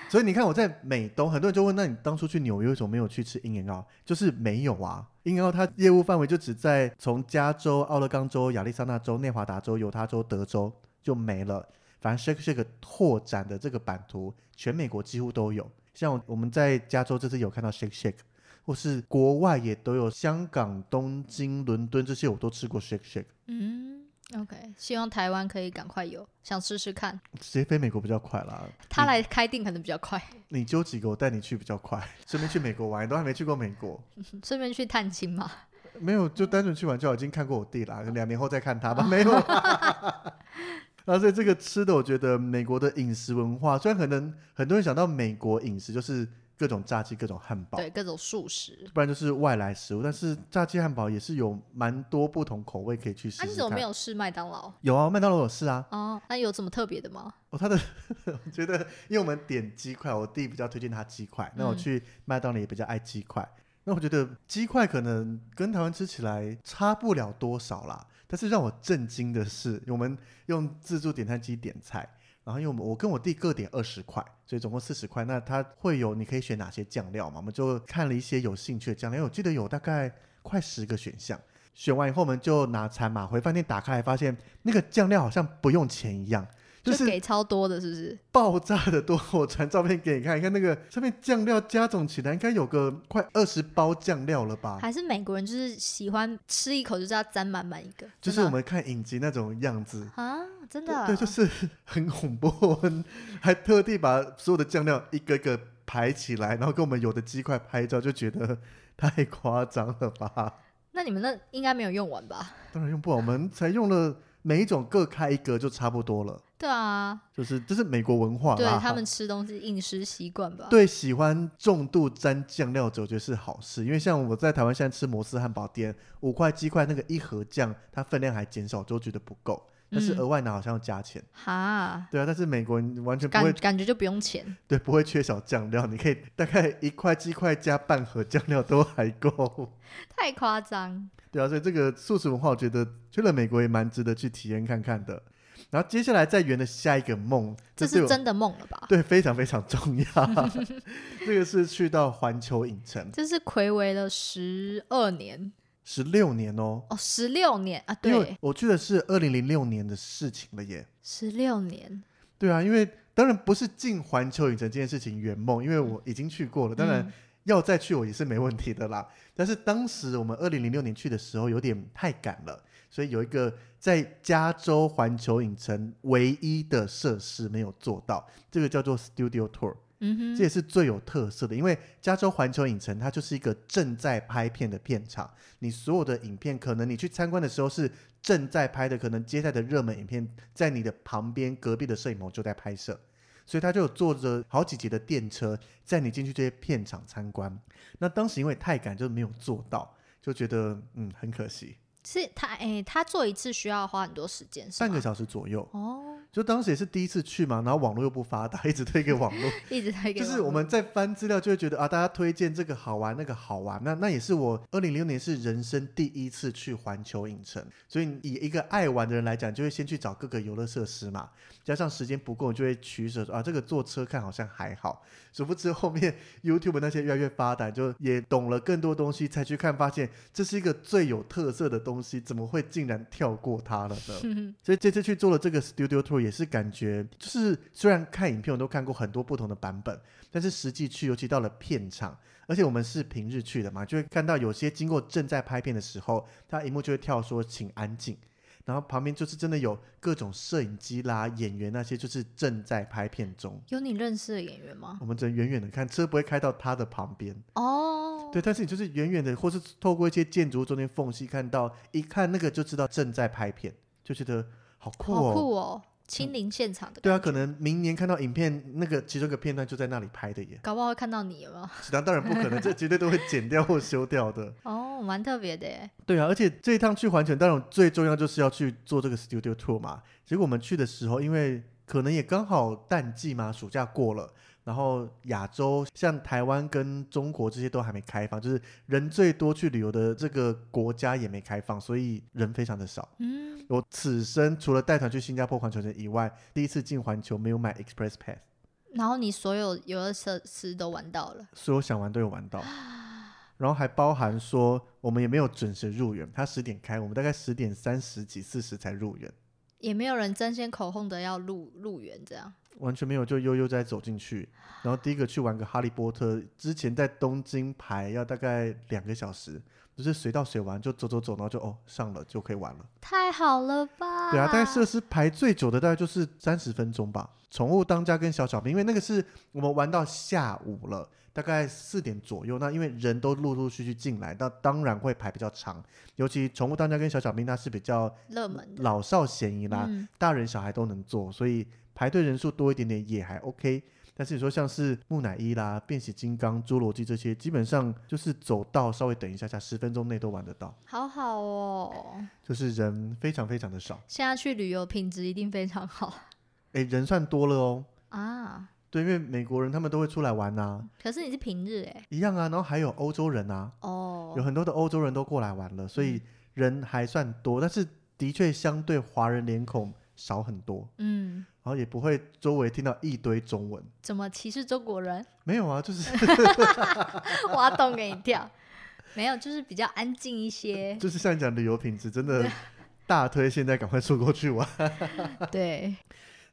Speaker 1: 所以你看，我在美东，很多人就问，那你当初去纽约为什么没有去吃鹰眼澳？就是没有啊，鹰眼澳它业务范围就只在从加州、奥勒冈州、亚利桑那州、内华达州、犹他州、德州就没了。反正 Shake Shake 拓展的这个版图，全美国几乎都有。像我们在加州这次有看到 Shake Shake，或是国外也都有香港、东京、伦敦这些我都吃过 shake shake，
Speaker 2: 嗯，OK，希望台湾可以赶快有，想试试看。
Speaker 1: 直接飞美国比较快啦。
Speaker 2: 他来开定可能比较快，
Speaker 1: 你，你揪几个我带你去比较快， 顺便去美国玩，都还没去过美国，
Speaker 2: 顺便去探亲嘛。
Speaker 1: 没有就单纯去玩就好，已经看过我弟啦，两年后再看他 吧，没有 啦。然后所以这个吃的，我觉得美国的饮食文化，虽然可能很多人想到美国饮食就是各种炸鸡、各种汉堡，
Speaker 2: 对，各种素食。
Speaker 1: 不然就是外来食物，但是炸鸡汉堡也是有蛮多不同口味可以去试
Speaker 2: 啊，你
Speaker 1: 试
Speaker 2: 怎么
Speaker 1: 看。
Speaker 2: 没有试麦当劳？
Speaker 1: 有啊，麦当劳有试啊。
Speaker 2: 哦，那有什么特别的吗？
Speaker 1: 哦，他的我 觉得，因为我们点鸡块，我弟比较推荐他鸡块，那我
Speaker 2: 嗯
Speaker 1: 去麦当劳也比较爱鸡块。那我觉得鸡块可能跟台湾吃起来差不了多少啦，但是让我震惊的是，我们用自助点餐机点菜，然后因为我们我跟我弟各点二十块，所以总共四十块。那它会有你可以选哪些酱料嘛？我们就看了一些有兴趣的酱料，因为我记得有大概快十个选项。选完以后，我们就拿餐嘛，回饭店打开来，发现那个酱料好像不用钱一样，就是
Speaker 2: 给超多的，是不是？
Speaker 1: 爆炸的多，我传照片给你看，你看那个上面酱料加总起来，应该有个快二十包酱料了吧？
Speaker 2: 还是美国人就是喜欢吃一口就知道沾满满一个，
Speaker 1: 就是
Speaker 2: 真的
Speaker 1: 我们看影集那种样子，
Speaker 2: 啊，真的啊、
Speaker 1: 对，就是很恐怖，我们还特地把所有的酱料一个一个排起来，然后跟我们有的鸡块拍照，就觉得太夸张了吧？
Speaker 2: 那你们那应该没有用完吧？
Speaker 1: 当然用不完，我们才用了每一种各开一个就差不多了，
Speaker 2: 对啊，
Speaker 1: 就是这是美国文化啦，
Speaker 2: 对啊他们吃东西饮食习惯吧。
Speaker 1: 对喜欢重度沾酱料者，我觉得是好事，因为像我在台湾现在吃摩斯汉堡店，五块鸡块那个一盒酱，它分量还减少，就觉得不够。但是
Speaker 2: 嗯
Speaker 1: 额外拿好像要加钱，
Speaker 2: 哈，
Speaker 1: 对啊，但是美国人完全不
Speaker 2: 感
Speaker 1: 会
Speaker 2: 感觉就不用钱，
Speaker 1: 对不会缺少酱料，你可以大概一块鸡块加半盒酱料都还够，
Speaker 2: 太夸张。
Speaker 1: 对啊，所以这个素食文化，我觉得去了美国也蛮值得去体验看看的。然后接下来再圆的下一个梦，
Speaker 2: 这
Speaker 1: 对
Speaker 2: 是
Speaker 1: 我
Speaker 2: 真的梦了吧？
Speaker 1: 对非常非常重要， 这个是去到环球影城
Speaker 2: 这是暌违了十二年
Speaker 1: 十六年哦，
Speaker 2: 哦，十六年啊，
Speaker 1: 因为
Speaker 2: 对，
Speaker 1: 我去的是二零零六年的事情了耶。
Speaker 2: 十六年。
Speaker 1: 对啊，因为当然不是进环球影城这件事情圆梦，因为我已经去过了，当然
Speaker 2: 嗯
Speaker 1: 要再去我也是没问题的啦。但是当时我们二零零六年去的时候有点太赶了，所以有一个在加州环球影城唯一的设施没有做到，这个叫做 Studio Tour。
Speaker 2: 嗯
Speaker 1: 这也
Speaker 2: 哼，
Speaker 1: 是最有特色的，因为加州环球影城它就是一个正在拍片的片场，你所有的影片可能你去参观的时候是正在拍的，可能接下来的热门影片在你的旁边隔壁的摄影棚就在拍摄。所以他就有坐着好几节的电车，载你进去这些片场参观。那当时因为太赶，就没有做到，就觉得嗯很可惜，
Speaker 2: 是他哎、他做一次需要花很多时间，是
Speaker 1: 半个
Speaker 2: 吗？
Speaker 1: 小时左右。
Speaker 2: 哦，
Speaker 1: 就当时也是第一次去嘛，然后网络又不发达，一直推给网络，
Speaker 2: 一直在给
Speaker 1: 就是我们在翻资料就会觉得啊，大家推荐这个好玩，那个好玩。那那也是我二零零六年是人生第一次去环球影城，所以以一个爱玩的人来讲，就会先去找各个游乐设施嘛。加上时间不够，你就会取舍说啊，这个坐车看好像还好。殊不知后面 YouTube 那些越来越发达，就也懂了更多东西，才去看发现这是一个最有特色的东西，怎么会竟然跳过它了呢？所以这次去做了这个 Studio Tour 也是感觉，就是虽然看影片我都看过很多不同的版本，但是实际去，尤其到了片场，而且我们是平日去的嘛，就会看到有些经过正在拍片的时候，它荧幕就会跳说“请安静”，然后旁边就是真的有各种摄影机啦、演员那些，就是正在拍片中。
Speaker 2: 有你认识的演员吗？
Speaker 1: 我们只能远远的看，车不会开到他的旁边。
Speaker 2: 哦，
Speaker 1: 对，但是你就是远远的，或是透过一些建筑中间缝隙看到，一看那个就知道正在拍片，就觉得好酷
Speaker 2: 好
Speaker 1: 哦。
Speaker 2: 酷哦，亲临现场的感觉。
Speaker 1: 对啊，可能明年看到影片那个其中一个片段就在那里拍的耶，
Speaker 2: 搞不好会看到你有没有？
Speaker 1: 那当然不可能，这绝对都会剪掉或修掉的。
Speaker 2: 哦，蛮特别的耶。
Speaker 1: 对啊，而且这一趟去环球，当然最重要就是要去做这个 studio tour 嘛。结果我们去的时候，因为可能也刚好淡季嘛，暑假过了，然后亚洲像台湾跟中国这些都还没开放，就是人最多去旅游的这个国家也没开放，所以人非常的少。
Speaker 2: 嗯，
Speaker 1: 我此生除了带团去新加坡环球城以外，第一次进环球没有买 Express Pass，
Speaker 2: 然后你所有游乐设施都玩到了，
Speaker 1: 所有想玩都有玩到，然后还包含说我们也没有准时入园，他十点开，我们大概十点三十几、四十才入园。
Speaker 2: 也没有人争先恐后的要入入园这样。
Speaker 1: 完全没有，就悠悠再走进去，然后第一个去玩个哈利波特，之前在东京排要大概两个小时，就是随到随玩，就走走走，然后就哦上了就可以玩了。
Speaker 2: 太好了吧？
Speaker 1: 对啊，大概设施排最久的大概就是三十分钟吧。宠物当家跟小小兵，因为那个是我们玩到下午了，大概四点左右。那因为人都陆陆续续进来，那当然会排比较长。尤其宠物当家跟小小兵，它是比较
Speaker 2: 热门的，
Speaker 1: 老少咸宜啦，
Speaker 2: 嗯，
Speaker 1: 大人小孩都能做，所以排队人数多一点点也还 OK。但是你说像是木乃伊啦、变形金刚、侏罗纪这些，基本上就是走到稍微等一下下，十分钟内都玩得到，
Speaker 2: 好好哦。
Speaker 1: 就是人非常非常的少。
Speaker 2: 现在去旅游品质一定非常好
Speaker 1: 诶，人算多了哦。
Speaker 2: 啊。
Speaker 1: 对，因为美国人他们都会出来玩呐、
Speaker 2: 可是你是平日哎、
Speaker 1: 一样啊。然后还有欧洲人啊，
Speaker 2: 哦
Speaker 1: 有，很多的欧洲人都过来玩了，所以人还算多，但是的确相对华人脸孔少很多，
Speaker 2: 嗯，
Speaker 1: 然后也不会周围听到一堆中文。
Speaker 2: 怎么歧视中国人？
Speaker 1: 没有啊，就是
Speaker 2: 挖洞给你跳，没有，就是比较安静一 些。
Speaker 1: 就是像你讲旅游品质真的大推，现在赶快出国去玩。
Speaker 2: 对，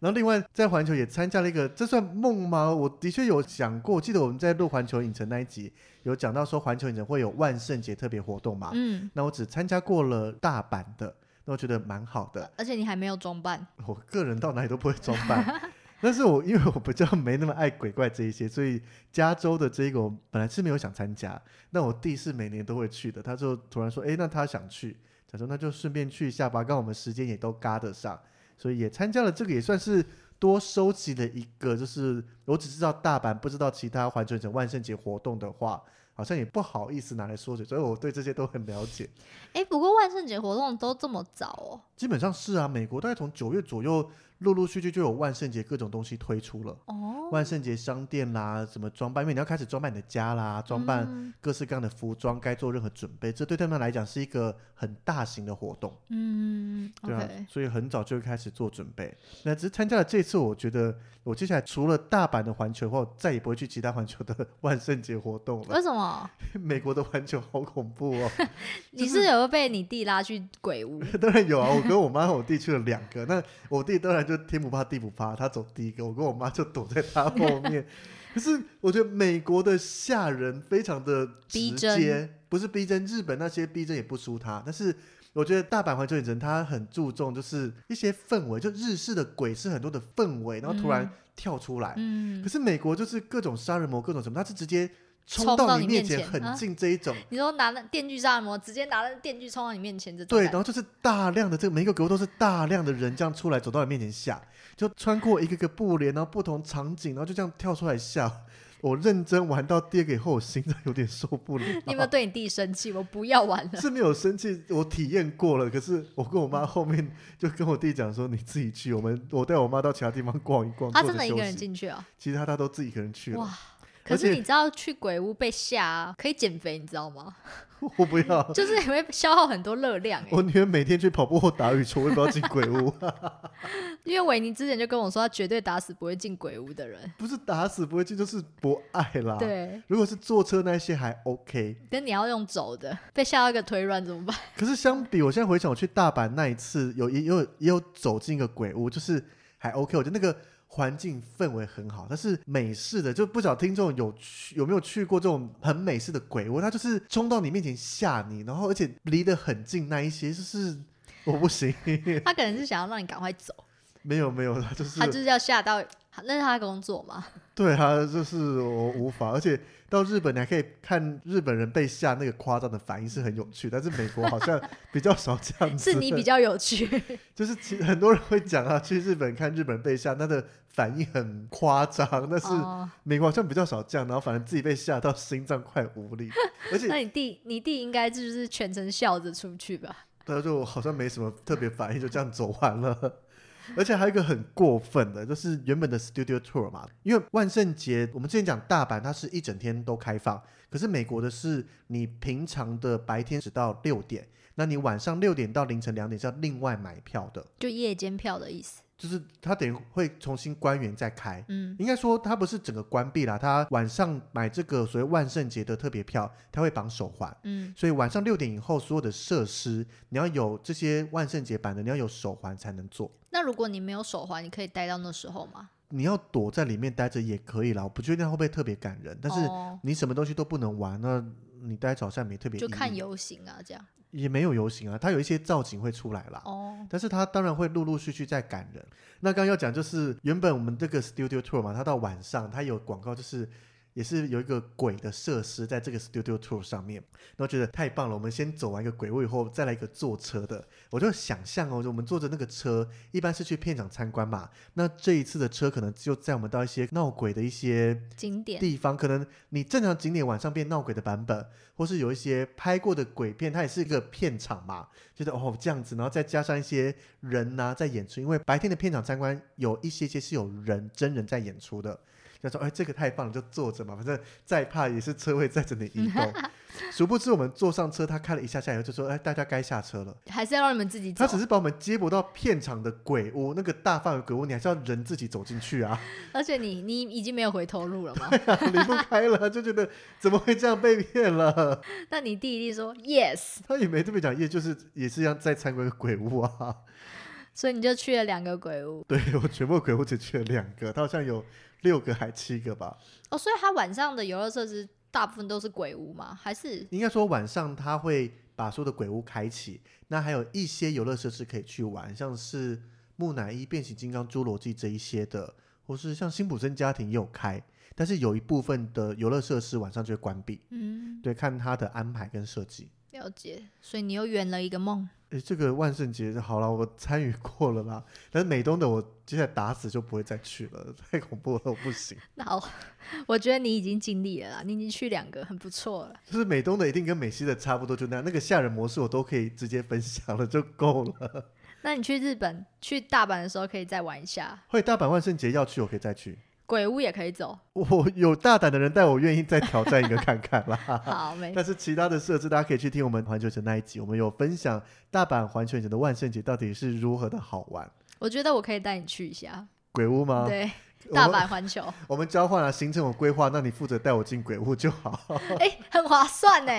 Speaker 1: 然后另外在环球也参加了一个，这算梦吗？我的确有想过，记得我们在录环球影城那一集有讲到说环球影城会有万圣节特别活动嘛，
Speaker 2: 嗯，
Speaker 1: 那我只参加过了大阪的，那我觉得蛮好的。
Speaker 2: 而且你还没有装扮，
Speaker 1: 我个人到哪里都不会装扮， 但是我因为我比较没那么爱鬼怪这一些，所以加州的这个我本来是没有想参加。那我弟是每年都会去的，他就突然说：“诶，那他想去。”他说：“那就顺便去一下吧，刚好我们时间也都嘎得上，所以也参加了这个，也算是多收集了一个。就是我只知道大阪，不知道其他环球影城万圣节活动的话，好像也不好意思拿来说嘴，所以我对这些都很了解。”
Speaker 2: 哎、不过万圣节活动都这么早哦，
Speaker 1: 基本上是啊，美国大概从九月左右，陆陆续续就有万圣节各种东西推出了，
Speaker 2: 哦，
Speaker 1: 万圣节商店啦，什么装扮，因为你要开始装扮你的家啦，装扮
Speaker 2: 嗯
Speaker 1: 各式各样的服装，该做任何准备，这对他们来讲是一个很大型的活动，
Speaker 2: 嗯
Speaker 1: 对啊
Speaker 2: ，OK，
Speaker 1: 所以很早就会开始做准备。那只是参加了这次，我觉得我接下来除了大阪的环球后，再也不会去其他环球的 万圣节活动了。
Speaker 2: 为什么？
Speaker 1: 美国的环球好恐怖哦！
Speaker 2: 你是有被你弟拉去鬼屋？
Speaker 1: 当然有啊，我跟我妈和我弟去了两个。那我弟当然就天不怕地不怕，他走第一个，我跟我妈就躲在他后面。 可是我觉得美国的吓人非常的直
Speaker 2: 逼真
Speaker 1: 接，不是逼真，日本那些逼真也不输他。但是我觉得大阪环球影城它很注重就是一些氛围，就日式的鬼是很多的氛围，然后突然
Speaker 2: 嗯
Speaker 1: 跳出来。
Speaker 2: 嗯
Speaker 1: 可，是美国就是各种杀人魔，各种什么，他是直接冲
Speaker 2: 冲
Speaker 1: 到
Speaker 2: 到
Speaker 1: 你
Speaker 2: 你
Speaker 1: 面
Speaker 2: 面
Speaker 1: 前
Speaker 2: 前
Speaker 1: 很
Speaker 2: 啊
Speaker 1: 近这一种。
Speaker 2: 你说拿那电锯杀人魔，直接拿着电锯冲到你面前，这种
Speaker 1: 对，
Speaker 2: 感
Speaker 1: 然后就是大量的这个每一个国都是大量的人这样出来走到你面前吓，就穿过一个个布帘，然后不同场景，然后就这样跳出来吓。我认真玩到第二个以后，我心脏有点受不了。
Speaker 2: 你有没有对你弟生气？我不要玩 了。
Speaker 1: 是没有生气，我体验过了。可是我跟我妈后面就跟我弟讲说：“你自己去，我们我带我妈到其他地方逛一逛，
Speaker 2: 他
Speaker 1: 坐
Speaker 2: 真
Speaker 1: 着
Speaker 2: 的一
Speaker 1: 休
Speaker 2: 个人
Speaker 1: 息。
Speaker 2: 进去哦，
Speaker 1: 其实他他都自己一个人去了，
Speaker 2: 哇！可
Speaker 1: 而
Speaker 2: 是
Speaker 1: 且
Speaker 2: 你知道去鬼屋被吓、啊、可以减肥，你知 道吗？
Speaker 1: 我不要。
Speaker 2: 就是你会消耗很多热量、欸
Speaker 1: 我宁愿每天去跑步或打羽球，我也不要进鬼屋。
Speaker 2: 因为维尼之前就跟我说，他绝对打死不会进鬼屋的人。
Speaker 1: 不是打死不会进，就是不爱啦。
Speaker 2: 对，
Speaker 1: 如果是坐车那些还 OK，
Speaker 2: 但你要用走的，被吓到一个腿软怎么办？
Speaker 1: 可是相比我现在回想，我去大阪那一次，有也有也有走进一个鬼屋，就是还 OK，我觉得那个环境氛围很好。但是美式的就不晓得听众有去有没有去过这种很美式的鬼屋，它就是冲到你面前吓你，然后而且离得很近那一些，就是我不行，
Speaker 2: 他可能是想要让你赶快走，
Speaker 1: 没有没有，它就是
Speaker 2: 他就是要吓到，那是他的工作嘛。
Speaker 1: 对啊，就是我无法，而且到日本你还可以看日本人被吓那个夸张的反应是很有趣，但是美国好像比较少这样子。
Speaker 2: 是你比较有趣，
Speaker 1: 就是其实很多人会讲啊，去日本看日本被吓，他的反应很夸张，但是
Speaker 2: 哦、
Speaker 1: 美国好像比较少这样，然后反正自己被吓到心脏快无力，而且
Speaker 2: 那你弟，你弟应该就是全程笑着出去吧？
Speaker 1: 他就好像没什么特别反应，就这样走完了。 而且还有一个很过分的，就是原本的 Studio Tour 嘛，因为万圣节我们之前讲大阪它是一整天都开放，可是美国的是你平常的白天只到六点，那你晚上六点到凌晨两点是要另外买票的，
Speaker 2: 就夜间票的意思。
Speaker 1: 就是它等于会重新关园再开。
Speaker 2: 嗯，
Speaker 1: 应该说它不是整个关闭啦，它晚上买这个所谓万圣节的特别票，它会绑手环，
Speaker 2: 嗯，
Speaker 1: 所以晚上六点以后所有的设施，你要有这些万圣节版的，你要有手环才能做。
Speaker 2: 那如果你没有手环，你可以待到那时候吗？
Speaker 1: 你要躲在里面待着也可以啦，我不确定它会不会特别感人，但是
Speaker 2: 哦、
Speaker 1: 你什么东西都不能玩，那你待早上也没特别哦
Speaker 2: 就
Speaker 1: 意义
Speaker 2: 看游行啊，这样
Speaker 1: 也没有游行啊，它有一些造景会出来啦。
Speaker 2: 哦，
Speaker 1: 但是它当然会陆陆续续在感人。那刚刚要讲就是，原本我们这个 studio tour 嘛，它到晚上它有广告，就是也是有一个鬼的设施在这个 studio tour 上面，然后觉得太棒了，我们先走完一个鬼屋以后，再来一个坐车的。我就想象哦，就我们坐着那个车，一般是去片场参观嘛，那这一次的车可能就载我们到一些闹鬼的一些
Speaker 2: 景点
Speaker 1: 地方，可能你正常景点晚上变闹鬼的版本，或是有一些拍过的鬼片，它也是一个片场嘛，就是哦这样子，然后再加上一些人呐、在演出，因为白天的片场参观有一些些是有人真人在演出的。就说哎，这个太棒了，就坐着嘛，反正再怕也是车位载着你移动。殊不知我们坐上车，他开了一下下以后就说：“哎，大家该下车了。”
Speaker 2: 还是要让你们自己走
Speaker 1: 他，只是把我们接驳到片场的鬼屋，那个大范围鬼屋，你还是要人自己走进去啊。
Speaker 2: 而且你你已经没有回头路了嘛，
Speaker 1: 离不开了，就觉得怎么会这样被骗了？
Speaker 2: 那你弟一定说 yes，
Speaker 1: 他也没这么讲，也就是也是要再参观个鬼屋啊。
Speaker 2: 所以你就去了两个鬼屋
Speaker 1: 对我全部鬼屋只去了两个，他好像有六个还七个吧。
Speaker 2: 哦，所以他晚上的游乐设施大部分都是鬼屋吗？还是
Speaker 1: 应该说晚上他会把所有的鬼屋开启，那还有一些游乐设施可以去玩，像是木乃伊、变形金刚、侏罗纪这一些的，或是像辛普森家庭也有开，但是有一部分的游乐设施晚上就会关闭，
Speaker 2: 嗯
Speaker 1: 对，看他的安排跟设计。
Speaker 2: 了解？所以你又圆了一个梦，
Speaker 1: 诶，这个万圣节好了，我参与过了啦。但是美东的我接下来打死就不会再去了，太恐怖了，我不行。
Speaker 2: 那好， 我觉得你已经尽力了啦，你已经去两个很不错了。
Speaker 1: 就是美东的一定跟美西的差不多，就那样。那个吓人模式我都可以直接分享了，就够了。
Speaker 2: 那你去日本去大阪的时候可以再玩一下，
Speaker 1: 会大阪万圣节要去，我可以再去。
Speaker 2: 鬼屋也可以 走。
Speaker 1: 我有大胆的人带我，愿意再挑战一个看看啦。
Speaker 2: 好，没
Speaker 1: 但是其他的设置，大家可以去听我们环球城那一集，我们有分享大阪环球影城的万圣节到底是如何的好玩。
Speaker 2: 我觉得我可以带你去一下。
Speaker 1: 鬼屋吗？
Speaker 2: 对，
Speaker 1: 我
Speaker 2: 大
Speaker 1: 们
Speaker 2: 阪环球，
Speaker 1: 我们交换了、行程我规划，那你负责带我进鬼屋就好。
Speaker 2: 哎、很划算呢。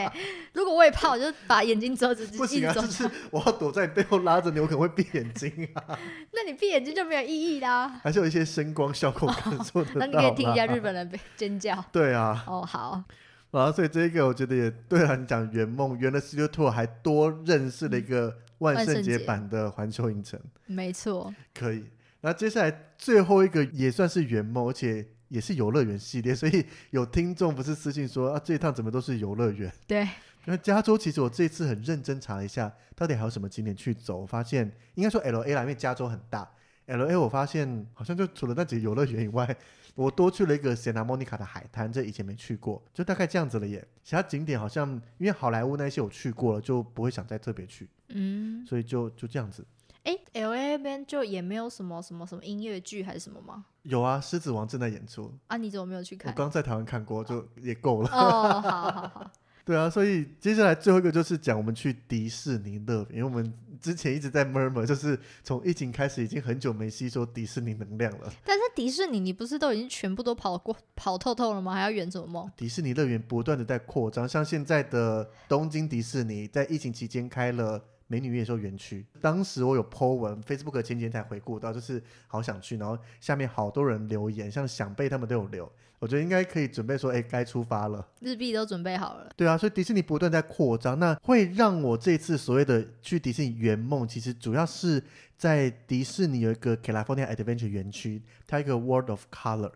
Speaker 2: 如果我也怕，我就把眼睛遮着，
Speaker 1: 不
Speaker 2: 一
Speaker 1: 行啊，
Speaker 2: 直走。
Speaker 1: 就是 我要躲在你背后拉着你，我可能会闭眼睛啊，
Speaker 2: 那你闭眼睛就没有意义 啦。
Speaker 1: 还是有一些声光效果感受得到、
Speaker 2: 那
Speaker 1: 啦。
Speaker 2: 你可以听一下日本人尖叫。
Speaker 1: 对啊，
Speaker 2: 哦，好，
Speaker 1: 然后所以这个我觉得也对啊，你讲圆梦，原来 Studio Tour 还多认识了一个万圣节版的环球影城，
Speaker 2: 没错，
Speaker 1: 可以。那接下来最后一个也算是圆梦，而且也是游乐园系列，所以有听众不是私信说啊，这一趟怎么都是游乐园？
Speaker 2: 对，
Speaker 1: 那加州其实我这一次很认真查了一下，到底还有什么景点去走，我发现应该说 L A 啦，因为加州很大。L A 我发现好像就除了那几个游乐园以外，我多去了一个 Santa Monica 的海滩，这以前没去过，就大概这样子了耶。其他景点好像因为好莱坞那些我去过了，就不会想再特别去，
Speaker 2: 嗯，
Speaker 1: 所以就就这样子。
Speaker 2: 哎、l A 那边就也没有什么什么什么音乐剧还是什么吗？
Speaker 1: 有啊，《狮子王》正在演出，
Speaker 2: 啊，你怎么没有去
Speaker 1: 我
Speaker 2: 看？
Speaker 1: 刚在台湾看过，就也够了。
Speaker 2: 哦，好好好，
Speaker 1: 对啊，所以接下来最后一个就是讲我们去迪士尼乐园，因为我们之前一直在 murmur，就是从疫情开始已经很久没吸收迪士尼能量了。
Speaker 2: 但是迪士尼，你不是都已经全部都跑过、跑透透了吗？还要圆什么梦？
Speaker 1: 迪士尼乐园不断的在扩张，像现在的东京迪士尼在疫情期间开了。美女与野兽园区，当时我有 po 文，Facebook 前几天才回顾到，就是好想去，然后下面好多人留言，像想贝他们都有留，我觉得应该可以准备说，哎，该出发了。
Speaker 2: 日币都准备好了，
Speaker 1: 对啊，所以迪士尼不断在扩张，那会让我这次所谓的去迪士尼圆梦，其实主要是在迪士尼有一个 California Adventure 园区，它有一个 World of Color，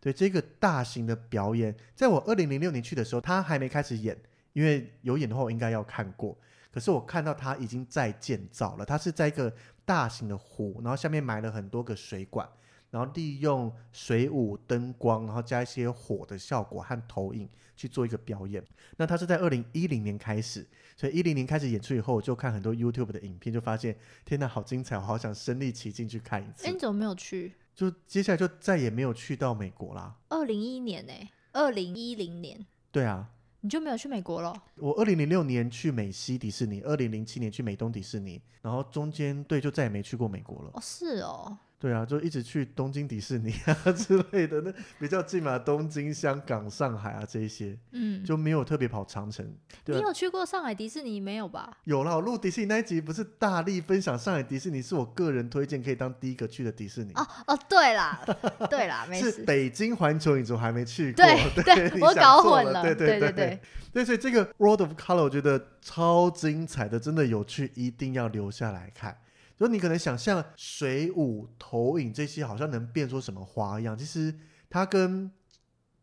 Speaker 1: 对这个大型的表演，在我二零零六年去的时候，它还没开始演，因为有演的话我应该要看过，可是我看到它已经在建造了，它是在一个大型的湖，然后下面埋了很多个水管。然后利用水舞、灯光，然后加一些火的效果和投影去做一个表演。那它是在二零一零年开始，所以一零年开始演出以后，我就看很多 YouTube 的影片，就发现天哪，好精彩！我好想身临其境去看一
Speaker 2: 哎、
Speaker 1: 次
Speaker 2: 你。怎么没有去？
Speaker 1: 就接下来就再也没有去到美国啦。
Speaker 2: 二零一一年呢、二零一零年
Speaker 1: 对啊，
Speaker 2: 你就没有去美国了？
Speaker 1: 我二零零六年去美西迪士尼，二零零七年去美东迪士尼，然后中间对就再也没去过美国了。
Speaker 2: 哦，是哦，
Speaker 1: 对啊，就一直去东京迪士尼啊 之类的，那比较近嘛，东京、香港、上海啊这一些，
Speaker 2: 嗯，
Speaker 1: 就没有特别跑长城。对
Speaker 2: 你
Speaker 1: 啊
Speaker 2: 有去过上海迪士尼没有吧？
Speaker 1: 有啦，我录迪士尼那一集不是大力分享上海迪士尼是我个人推荐可以当第一个去的迪士尼，
Speaker 2: 哦哦，对啦，对 啦，没
Speaker 1: 是
Speaker 2: 事。
Speaker 1: 北京环球影城我还没去过，
Speaker 2: 对
Speaker 1: 你
Speaker 2: 我
Speaker 1: 想
Speaker 2: 搞
Speaker 1: 错
Speaker 2: 混
Speaker 1: 了，
Speaker 2: 了，
Speaker 1: 对
Speaker 2: 对
Speaker 1: 对
Speaker 2: 对，
Speaker 1: 对，所以这个 World of Color 我觉得超精彩的，真的有趣，一定要留下来看。就你可能想象水舞、投影这些好像能变出什么花样，其实它跟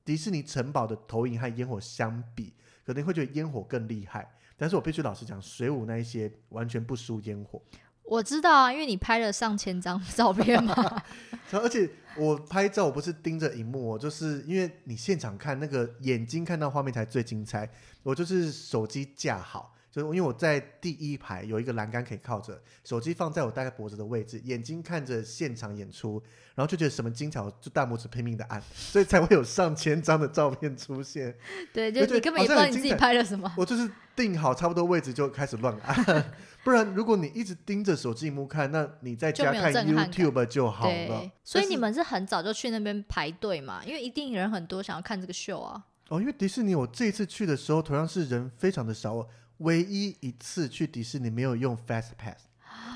Speaker 1: 迪士尼城堡的投影和烟火相比，可能会觉得烟火更厉害。但是我必须老实讲，水舞那一些完全不输烟火。
Speaker 2: 我知道啊，因为你拍了上千张照片嘛，
Speaker 1: 而且我拍照，我不是盯着荧幕、哦，就是因为你现场看那个眼睛看到画面才最精彩。我就是手机架好，就是因为我在第一排有一个栏杆可以靠着，手机放在我大概脖子的位置，眼睛看着现场演出，然后就觉得什么精彩，我就大拇指拼命的按，所以才会有上千张的照片出现。
Speaker 2: 对，
Speaker 1: 对
Speaker 2: 就
Speaker 1: 对
Speaker 2: 你根本也
Speaker 1: 好
Speaker 2: 不
Speaker 1: 像
Speaker 2: 知道
Speaker 1: 很
Speaker 2: 你自己
Speaker 1: 精彩
Speaker 2: 拍了什么。
Speaker 1: 我就是定好差不多位置就开始乱按， 不然如果你一直盯着手机荧幕看，那你在
Speaker 2: 就
Speaker 1: 家
Speaker 2: 没有
Speaker 1: 看
Speaker 2: 震撼感
Speaker 1: YouTube 就好了
Speaker 2: 对。，所
Speaker 1: 但
Speaker 2: 以
Speaker 1: 是
Speaker 2: 你们是很早就去那边排队嘛？因为一定人很多，想要看这个秀啊。
Speaker 1: 哦，因为迪士尼我这一次去的时候，同样是人非常的少，我唯一一次去迪士尼没有用 Fast Pass，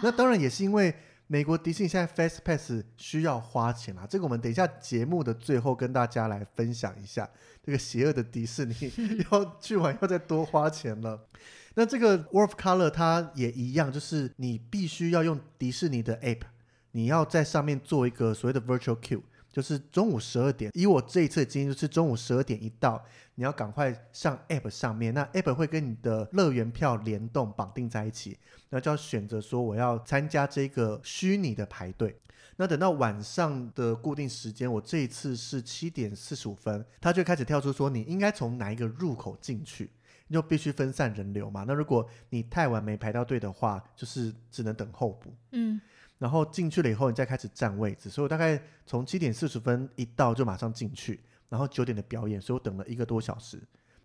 Speaker 1: 那当然也是因为美国迪士尼现在 Fast Pass 需要花钱啦，这个我们等一下节目的最后跟大家来分享一下，这个邪恶的迪士尼 要去玩要再多花钱了。那这个 World of Color 它也一样，就是你必须要用迪士尼的 App，你要在上面做一个所谓的 Virtual Queue。就是中午十二点，以我这一次的经验，就是中午十二点一到，你要赶快上 App 上面，那 App 会跟你的乐园票联动绑定在一起，那就要选择说我要参加这个虚拟的排队。那等到晚上的固定时间，我这一次是七点四十五分，它就开始跳出说你应该从哪一个入口进去，你就必须分散人流嘛。那如果你太晚没排到队的话，就是只能等候补。
Speaker 2: 嗯，
Speaker 1: 然后进去了以后，你再开始占位置。所以我大概从七点四十分一到就马上进去，然后九点的表演，所以我等了一个多小时，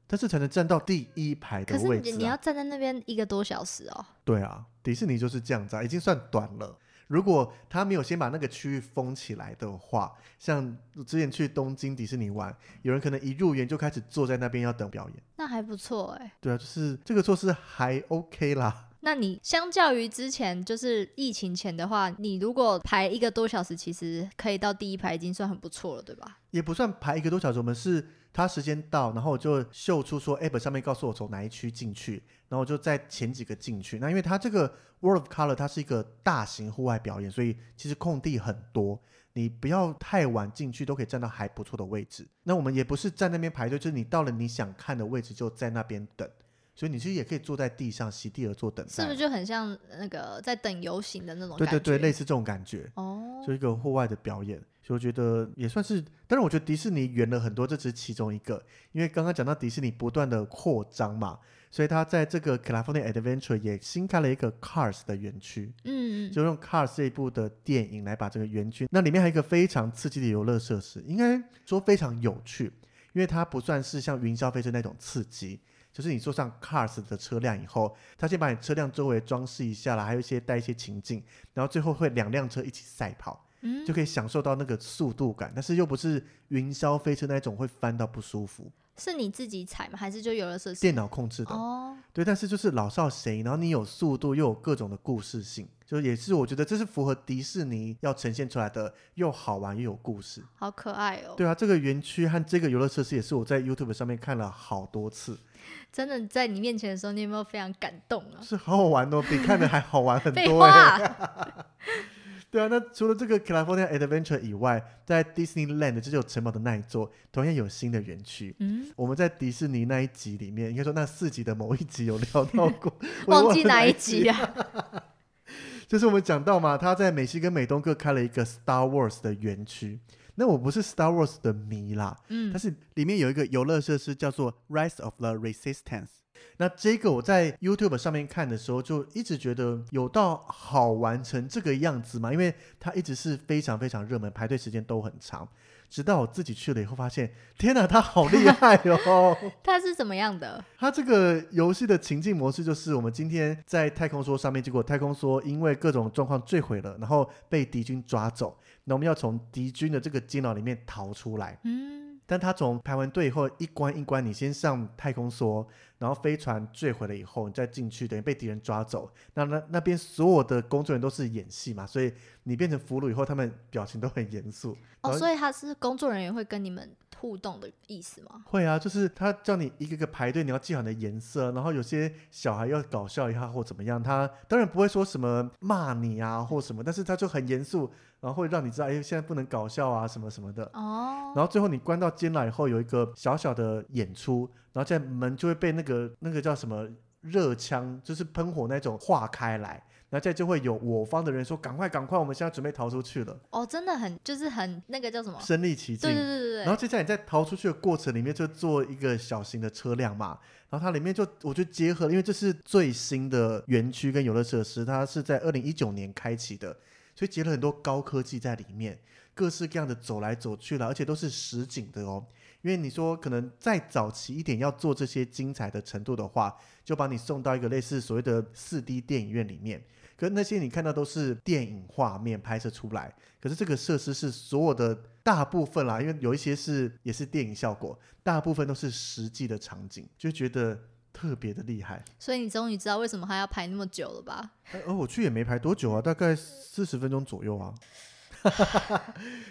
Speaker 1: 但是才能站到第一排的
Speaker 2: 可是
Speaker 1: 位
Speaker 2: 你
Speaker 1: 置、啊。
Speaker 2: 你要站在那边一个多小时哦。
Speaker 1: 对啊，迪士尼就是这样子啊，已经算短了。如果他没有先把那个区域封起来的话，像之前去东京迪士尼玩，有人可能一入园就开始坐在那边要等表演。
Speaker 2: 那还不错哎、
Speaker 1: 对啊，就是这个措施还 OK 啦。
Speaker 2: 那你相较于之前就是疫情前的话，你如果排一个多小时，其实可以到第一排已经算很不错了，对吧？
Speaker 1: 也不算排一个多小时，我们是他时间到，然后我就秀出说 app 上面告诉我从哪一区进去，然后我就在前几个进去。那因为它这个 World of Color 它是一个大型户外表演，所以其实空地很多，你不要太晚进去都可以站到还不错的位置。那我们也不是在那边排队，就是你到了你想看的位置就在那边等，所以你其实也可以坐在地上席地而坐等待，
Speaker 2: 是不是就很像那个在等游行的那种
Speaker 1: 对
Speaker 2: 感
Speaker 1: 对
Speaker 2: 觉？
Speaker 1: 对，类似这种感觉。
Speaker 2: 哦，
Speaker 1: 就一个户外的表演，所以我觉得也算是。当然，我觉得迪士尼圆了很多，这只是其中一个。因为刚刚讲到迪士尼不断的扩张嘛，所以它在这个 California Adventure 也新开了一个 Cars 的园区，
Speaker 2: 嗯，嗯
Speaker 1: 就用 Cars 这一部的电影来把这个园区。那里面还有一个非常刺激的游乐设施，应该说非常有趣，因为它不算是像云霄飞车那种刺激。就是你坐上 Cars 的车辆以后，它先把你车辆周围装饰一下啦，还有一些带一些情境，然后最后会两辆车一起赛跑，
Speaker 2: 嗯，
Speaker 1: 就可以享受到那个速度感，但是又不是云霄飞车那一种会翻到不舒服，
Speaker 2: 是你自己踩吗？还是就游乐设施？
Speaker 1: 电脑控制的，
Speaker 2: 哦，
Speaker 1: 对。但是就是老少谁，然后你有速度又有各种的故事性，就也是我觉得这是符合迪士尼要呈现出来的，又好玩又有故事。
Speaker 2: 好可爱哦！
Speaker 1: 对啊，这个园区和这个游乐设施也是我在 YouTube 上面看了好多次，
Speaker 2: 真的在你面前的时候，你有没有非常感动啊？
Speaker 1: 是好好玩哦，比看的还好玩很
Speaker 2: 废
Speaker 1: 多哎、
Speaker 2: 话，
Speaker 1: 对啊，那除了这个 California Adventure 以外，在 Disneyland 就是有城堡的那一座，同样有新的园区。
Speaker 2: 嗯，，
Speaker 1: 我们在迪士尼那一集里面，应该说那四集的某一集有聊到过 我也
Speaker 2: 忘
Speaker 1: 了
Speaker 2: 记哪一啊集
Speaker 1: 啊？
Speaker 2: 啊？
Speaker 1: 就是我们讲到嘛，他在美西跟美东各开了一个 Star Wars 的园区。那我不是 Star Wars 的迷啦，
Speaker 2: 嗯
Speaker 1: 但，是里面有一个游乐设施叫做 Rise of the Resistance。那这个我在 YouTube 上面看的时候，就一直觉得有到好玩成这个样子嘛，因为它一直是非常非常热门，排队时间都很长。直到我自己去了以后，发现天哪，他好厉害哦！
Speaker 2: 它是怎么样的？
Speaker 1: 它这个游戏的情境模式就是，我们今天在太空梭上面，结果太空梭因为各种状况坠毁了，然后被敌军抓走，那我们要从敌军的这个监牢里面逃出来。
Speaker 2: 嗯，
Speaker 1: 但他从排完队以后，一关一关，你先上太空梭，然后飞船坠毁了以后，你再进去，等于被敌人抓走。那那那边所有的工作人员都是演戏嘛，所以你变成俘虏以后，他们表情都很严肃。然
Speaker 2: 哦，
Speaker 1: 后
Speaker 2: 所以他是工作人员会跟你们互动的意思吗？
Speaker 1: 会啊，就是他叫你一个个排队，你要记好你的颜色，然后有些小孩要搞笑一下或怎么样，他当然不会说什么骂你啊或什么，但是他就很严肃，然后会让你知道，哎，现在不能搞笑啊什么什么的。
Speaker 2: 哦，
Speaker 1: 然后最后你关到监牢以后，有一个小小的演出，然后在门就会被那个那个叫什么热枪，就是喷火那种化开来，然后再就会有我方的人说：“赶快，赶快，我们现在准备逃出去了
Speaker 2: 哦，真的很就是很那个叫什么？”，
Speaker 1: 身临其境
Speaker 2: 对。对对对
Speaker 1: 然后
Speaker 2: 对，
Speaker 1: 接下来你在逃出去的过程里面，就做一个小型的车辆嘛，然后它里面就我就结合了，因为这是最新的园区跟游乐设施，它是在二零一九年开启的，所以结了很多高科技在里面，各式各样的走来走去了，而且都是实景的哦。因为你说可能再早期一点要做这些精彩的程度的话，就把你送到一个类似所谓的四 D 电影院里面。可是那些你看到都是电影画面拍摄出来，可是这个设施是所有的大部分啦，因为有一些是也是电影效果，大部分都是实际的场景，就觉得特别的厉害。
Speaker 2: 所以你终于知道为什么他要排那么久了吧？
Speaker 1: 呃，而我去也没排多久啊，大概四十分钟左右啊。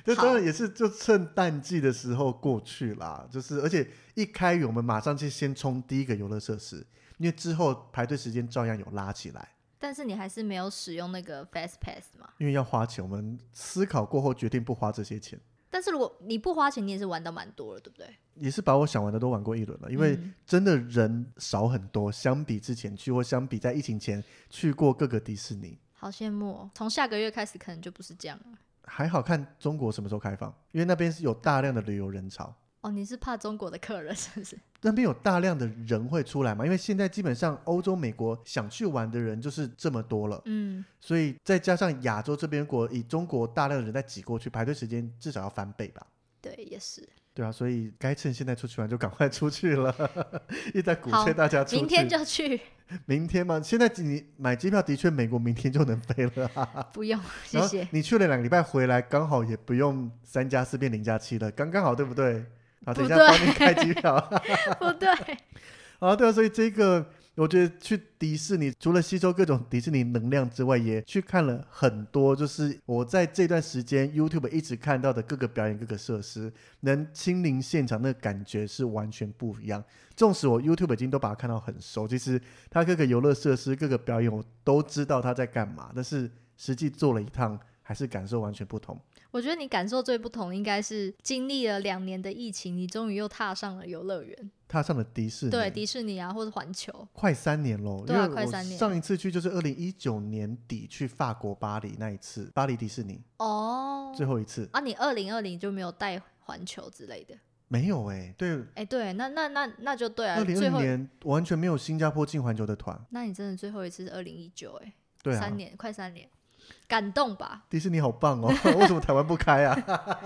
Speaker 1: 这当然也是就趁淡季的时候过去啦，就是而且一开园我们马上就先冲第一个游乐设施，因为之后排队时间照样有拉起来，
Speaker 2: 但是你还是没有使用那个 Fast Pass 嘛？
Speaker 1: 因为要花钱，我们思考过后决定不花这些钱，
Speaker 2: 但是如果你不花钱，你也是玩到蛮多了，对不对？
Speaker 1: 也是把我想玩的都玩过一轮了，因为
Speaker 2: 嗯
Speaker 1: 真的人少很多，相比之前去或相比在疫情前去过各个迪士尼，
Speaker 2: 好羡慕、哦，从下个月开始可能就不是这样了。
Speaker 1: 还好看中国什么时候开放，因为那边是有大量的旅游人潮。
Speaker 2: 哦，你是怕中国的客人是不是？
Speaker 1: 那边有大量的人会出来嘛，因为现在基本上欧洲、美国想去玩的人就是这么多了，
Speaker 2: 嗯，
Speaker 1: 所以再加上亚洲这边国以中国大量的人在挤过去，排队时间至少要翻倍吧。
Speaker 2: 对，也是。
Speaker 1: 对啊，所以该趁现在出去玩就赶快出去了， 一直在鼓
Speaker 2: 好
Speaker 1: 吹大家出去。
Speaker 2: 明天就啊去，
Speaker 1: 明天吗？现在你买机票的确美国明天就能飞了、啊，
Speaker 2: 不用，谢
Speaker 1: 然后
Speaker 2: 谢。
Speaker 1: 你去了两个礼拜回来，刚好也不用三加四变零加七了，刚刚好，对不对？好，等一下
Speaker 2: 不对
Speaker 1: 帮你开机票。
Speaker 2: 不对，
Speaker 1: 啊，对啊，所以这个我觉得去迪士尼，除了吸收各种迪士尼能量之外，也去看了很多，就是我在这段时间 YouTube 一直看到的各个表演、各个设施，能亲临现场，那个感觉是完全不一样。纵使我 YouTube 已经都把它看到很熟，其实它各个游乐设施、各个表演，我都知道它在干嘛，但是实际做了一趟，还是感受完全不同。
Speaker 2: 我觉得你感受最不同应该是经历了两年的疫情，你终于又踏上了游乐园，
Speaker 1: 踏上了迪士尼，
Speaker 2: 对迪士尼啊，或者环球。
Speaker 1: 快三年喽，
Speaker 2: 对啊
Speaker 1: 因为
Speaker 2: 快
Speaker 1: 我
Speaker 2: 三年
Speaker 1: 上一次去就是二零一九年底去法国巴黎那一次，巴黎迪士尼
Speaker 2: 哦，
Speaker 1: 最后一次、
Speaker 2: 啊，你二零二零就没有带环球之类的？
Speaker 1: 没有哎、对，
Speaker 2: 哎，对，那那那那就对啊，
Speaker 1: 二零二
Speaker 2: 最
Speaker 1: 零
Speaker 2: 后，
Speaker 1: 年完全没有新加坡进环球的团，
Speaker 2: 那你真的最后一次是二零一九，哎，
Speaker 1: 对啊
Speaker 2: 三，年，快三年，感动吧？
Speaker 1: 迪士尼好棒哦， 为什么台湾不开啊？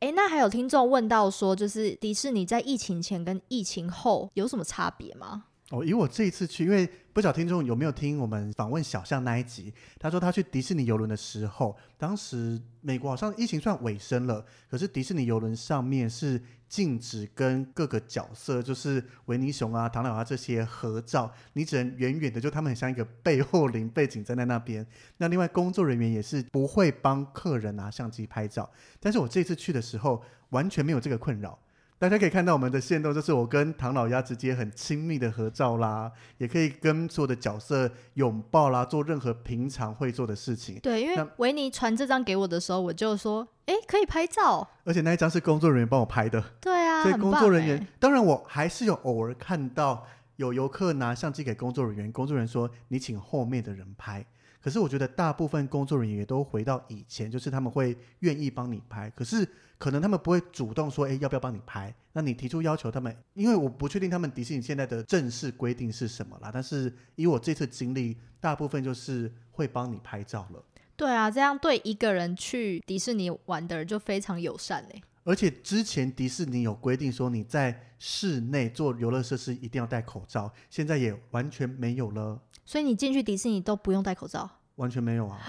Speaker 2: 哎，那还有听众问到说，就是迪士尼在疫情前跟疫情后有什么差别吗？
Speaker 1: 哦，以我这一次去，因为不晓得听众有没有听我们访问小象那一集，他说他去迪士尼游轮的时候，当时美国好像疫情算尾声了，可是迪士尼游轮上面是禁止跟各个角色，就是维尼熊啊、唐老鸭这些合照，你只能远远的，就他们很像一个背后林背景站在那边。那另外工作人员也是不会帮客人拿相机拍照，但是我这次去的时候完全没有这个困扰。大家可以看到我们的线动，就是我跟唐老鸭直接很亲密的合照啦，也可以跟所有的角色拥抱啦，做任何平常会做的事情。
Speaker 2: 对，因为
Speaker 1: 那
Speaker 2: 维尼传这张给我的时候，我就说，哎，可以拍照。
Speaker 1: 而且那一张是工作人员帮我拍的，
Speaker 2: 对啊，
Speaker 1: 所以
Speaker 2: 很
Speaker 1: 工
Speaker 2: 棒
Speaker 1: 作人
Speaker 2: 哎
Speaker 1: 员，当然我还是有偶尔看到有游客拿相机给工作人员，工作人员说你请后面的人拍。可是我觉得大部分工作人员也都回到以前，就是他们会愿意帮你拍，可是可能他们不会主动说，哎，要不要帮你拍？那你提出要求，他们因为我不确定他们迪士尼现在的正式规定是什么啦，但是以我这次经历，大部分就是会帮你拍照了。
Speaker 2: 对啊，这样对一个人去迪士尼玩的人就非常友善哎、
Speaker 1: 而且之前迪士尼有规定说你在室内做游乐设施一定要戴口罩，现在也完全没有了，
Speaker 2: 所以你进去迪士尼都不用戴口罩。
Speaker 1: 完全没有 啊。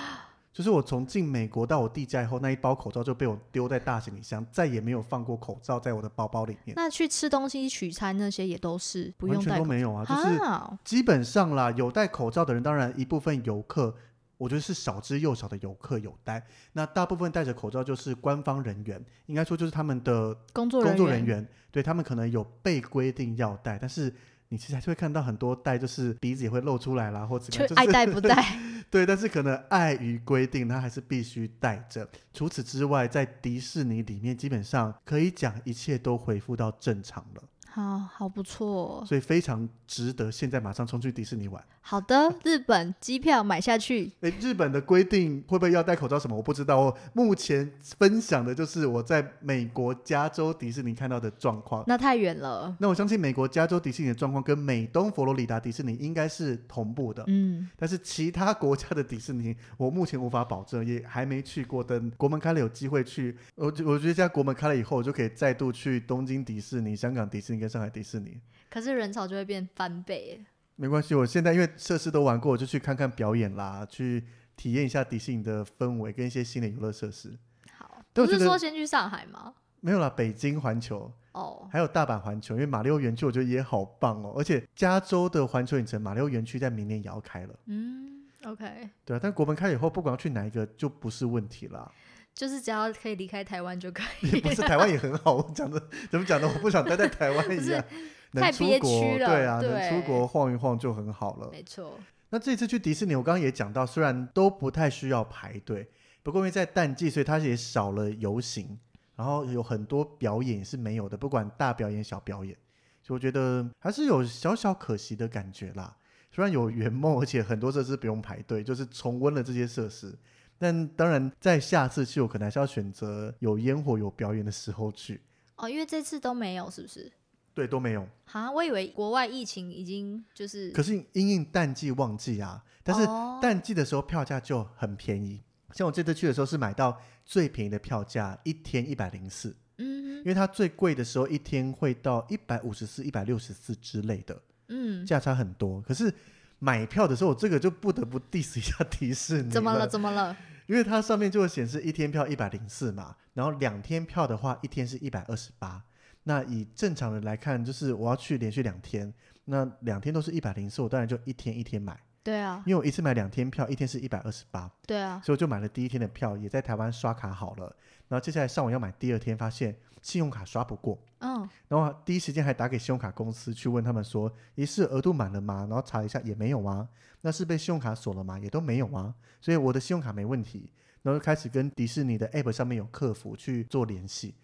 Speaker 1: 就是我从进美国到我弟家以后，那一包口罩就被我丢在大行李箱，再也没有放过口罩在我的包包里面，
Speaker 2: 那去吃东西、取餐那些也都是不
Speaker 1: 完
Speaker 2: 用
Speaker 1: 全
Speaker 2: 戴
Speaker 1: 都
Speaker 2: 口
Speaker 1: 没有啊。
Speaker 2: 罩
Speaker 1: 就是
Speaker 2: 啊
Speaker 1: 基本上啦，有戴口罩的人，当然一部分游客，我觉得是少之又少的游客有戴。那大部分戴着口罩就是官方人员，应该说就是他们的
Speaker 2: 工作
Speaker 1: 工
Speaker 2: 人
Speaker 1: 作人员，对他们可能有被规定要戴，但是你其实还是会看到很多戴，就是鼻子也会露出来啦，或怎么
Speaker 2: 就
Speaker 1: 啊样，就是
Speaker 2: 爱戴 不戴。
Speaker 1: 对，但是可能碍于规定，他还是必须戴着。除此之外，在迪士尼里面，基本上可以讲一切都恢复到正常了，
Speaker 2: 好好不错哦、
Speaker 1: 所以非常值得现在马上冲去迪士尼玩。
Speaker 2: 好的，日本机票买下去。
Speaker 1: 诶，日本的规定会不会要戴口罩什么？我不知道哦。目前分享的就是我在美国加州迪士尼看到的状况。
Speaker 2: 那太远了，
Speaker 1: 那我相信美国加州迪士尼的状况跟美东佛罗里达迪士尼应该是同步的，
Speaker 2: 嗯，
Speaker 1: 但是其他国家的迪士尼我目前无法保证，也还没去过。等国门开了有机会去，我觉我觉得在国门开了以后，我就可以再度去东京迪士尼、香港迪士尼跟上海迪士尼。
Speaker 2: 可是人潮就会变翻倍。
Speaker 1: 没关系，我现在因为设施都玩过，我就去看看表演啦，去体验一下迪士尼的氛围跟一些新的游乐设施。
Speaker 2: 好，
Speaker 1: 但
Speaker 2: 不
Speaker 1: 我觉
Speaker 2: 是
Speaker 1: 得
Speaker 2: 说先去上海吗？
Speaker 1: 没有啦，北京环球
Speaker 2: 哦，
Speaker 1: 还有大阪环球，因为马里奥园区我觉得也好棒哦，而且加州的环球影城马里奥园区在明年也要开了，
Speaker 2: 嗯，OK，
Speaker 1: 对啊。但国门开以后，不管要去哪一个就不是问题啦，
Speaker 2: 就是只要可以离开台湾就可以。
Speaker 1: 也不是台湾也很好， 我讲的怎么讲的，我不想待在台湾 一样，能
Speaker 2: 太
Speaker 1: 出
Speaker 2: 憋
Speaker 1: 国
Speaker 2: 屈了
Speaker 1: 对啊，
Speaker 2: 对
Speaker 1: 能出国晃一晃就很好了。
Speaker 2: 没错，
Speaker 1: 那这次去迪士尼，我刚刚也讲到，虽然都不太需要排队，不过因为在淡季，所以它也少了游行，然后有很多表演是没有的，不管大表演小表演，所以我觉得还是有小小可惜的感觉啦。虽然有圆梦，而且很多设施不用排队，就是重温了这些设施。但当然，在下次去，我可能还是要选择有烟火、有表演的时候去。
Speaker 2: 哦，因为这次都没有，是不是？
Speaker 1: 对，都没有。
Speaker 2: 啊，我以为国外疫情已经就是，
Speaker 1: 可是因应淡季旺季啊，但是
Speaker 2: 哦
Speaker 1: 淡季的时候票价就很便宜。像我这次去的时候是买到最便宜的票价，一天一百零四，
Speaker 2: 嗯
Speaker 1: 因为它最贵的时候一天会到一百五十四、一百六十四之类的，
Speaker 2: 嗯，
Speaker 1: 价差很多。可是买票的时候，我这个就不得不 diss 一下迪士尼
Speaker 2: 怎么了？
Speaker 1: 了，
Speaker 2: 怎么了？
Speaker 1: 因为它上面就会显示一天票一百零四嘛，然后两天票的话，一天是一百二十八。那以正常人来看，就是我要去连续两天，那两天都是一百零四，我当然就一天一天买。
Speaker 2: 对啊，
Speaker 1: 因为我一次买两天票，一天是一百二十八，
Speaker 2: 对啊，
Speaker 1: 所以我就买了第一天的票，也在台湾刷卡好了。然后接下来上网要买第二天，发现信用卡刷不过，
Speaker 2: 嗯，
Speaker 1: 然后第一时间还打给信用卡公司去问他们说，一次额度满了吗？然后查一下也没有啊，那是被信用卡锁了吗？也都没有啊，所以我的信用卡没问题。然后就开始跟迪士尼的 App 上面有客服去做联系，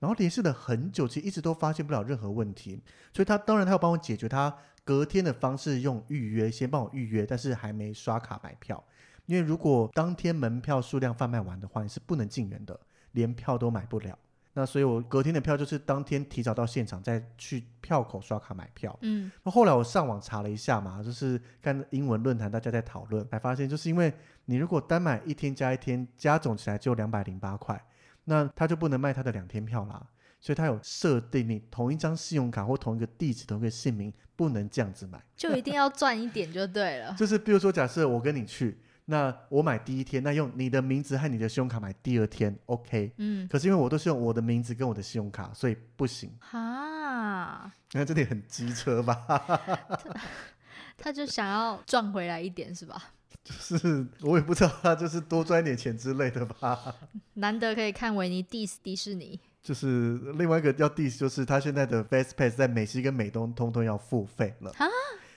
Speaker 1: 然后联系了很久，其实一直都发现不了任何问题，所以他当然他要帮我解决他隔天的方式，用预约先帮我预约，但是还没刷卡买票，因为如果当天门票数量贩卖完的话，你是不能进园的，连票都买不了。那所以我隔天的票就是当天提早到现场再去票口刷卡买票。
Speaker 2: 嗯，
Speaker 1: 那后来我上网查了一下嘛，就是看英文论坛大家在讨论，才发现就是因为你如果单买一天加一天，加总起来就两百零八块，那他就不能卖他的两天票啦。所以他有设定，你同一张信用卡或同一个地址、同一个姓名不能这样子买。
Speaker 2: 就一定要赚一点就对了。
Speaker 1: 就是比如说，假设我跟你去，那我买第一天，那用你的名字和你的信用卡买第二天，OK。
Speaker 2: 嗯，
Speaker 1: 可是因为我都是用我的名字跟我的信用卡，所以不行。
Speaker 2: 哈，
Speaker 1: 那这里很机车吧？
Speaker 2: 他就想要赚回来一点是吧？
Speaker 1: 就是我也不知道他就是多赚一点钱之类的吧。
Speaker 2: 难得可以看维尼 diss 迪士尼，
Speaker 1: 就是另外一个要 diss，就是他现在的 Fast Pass 在美西跟美东通通要付费了
Speaker 2: 啊，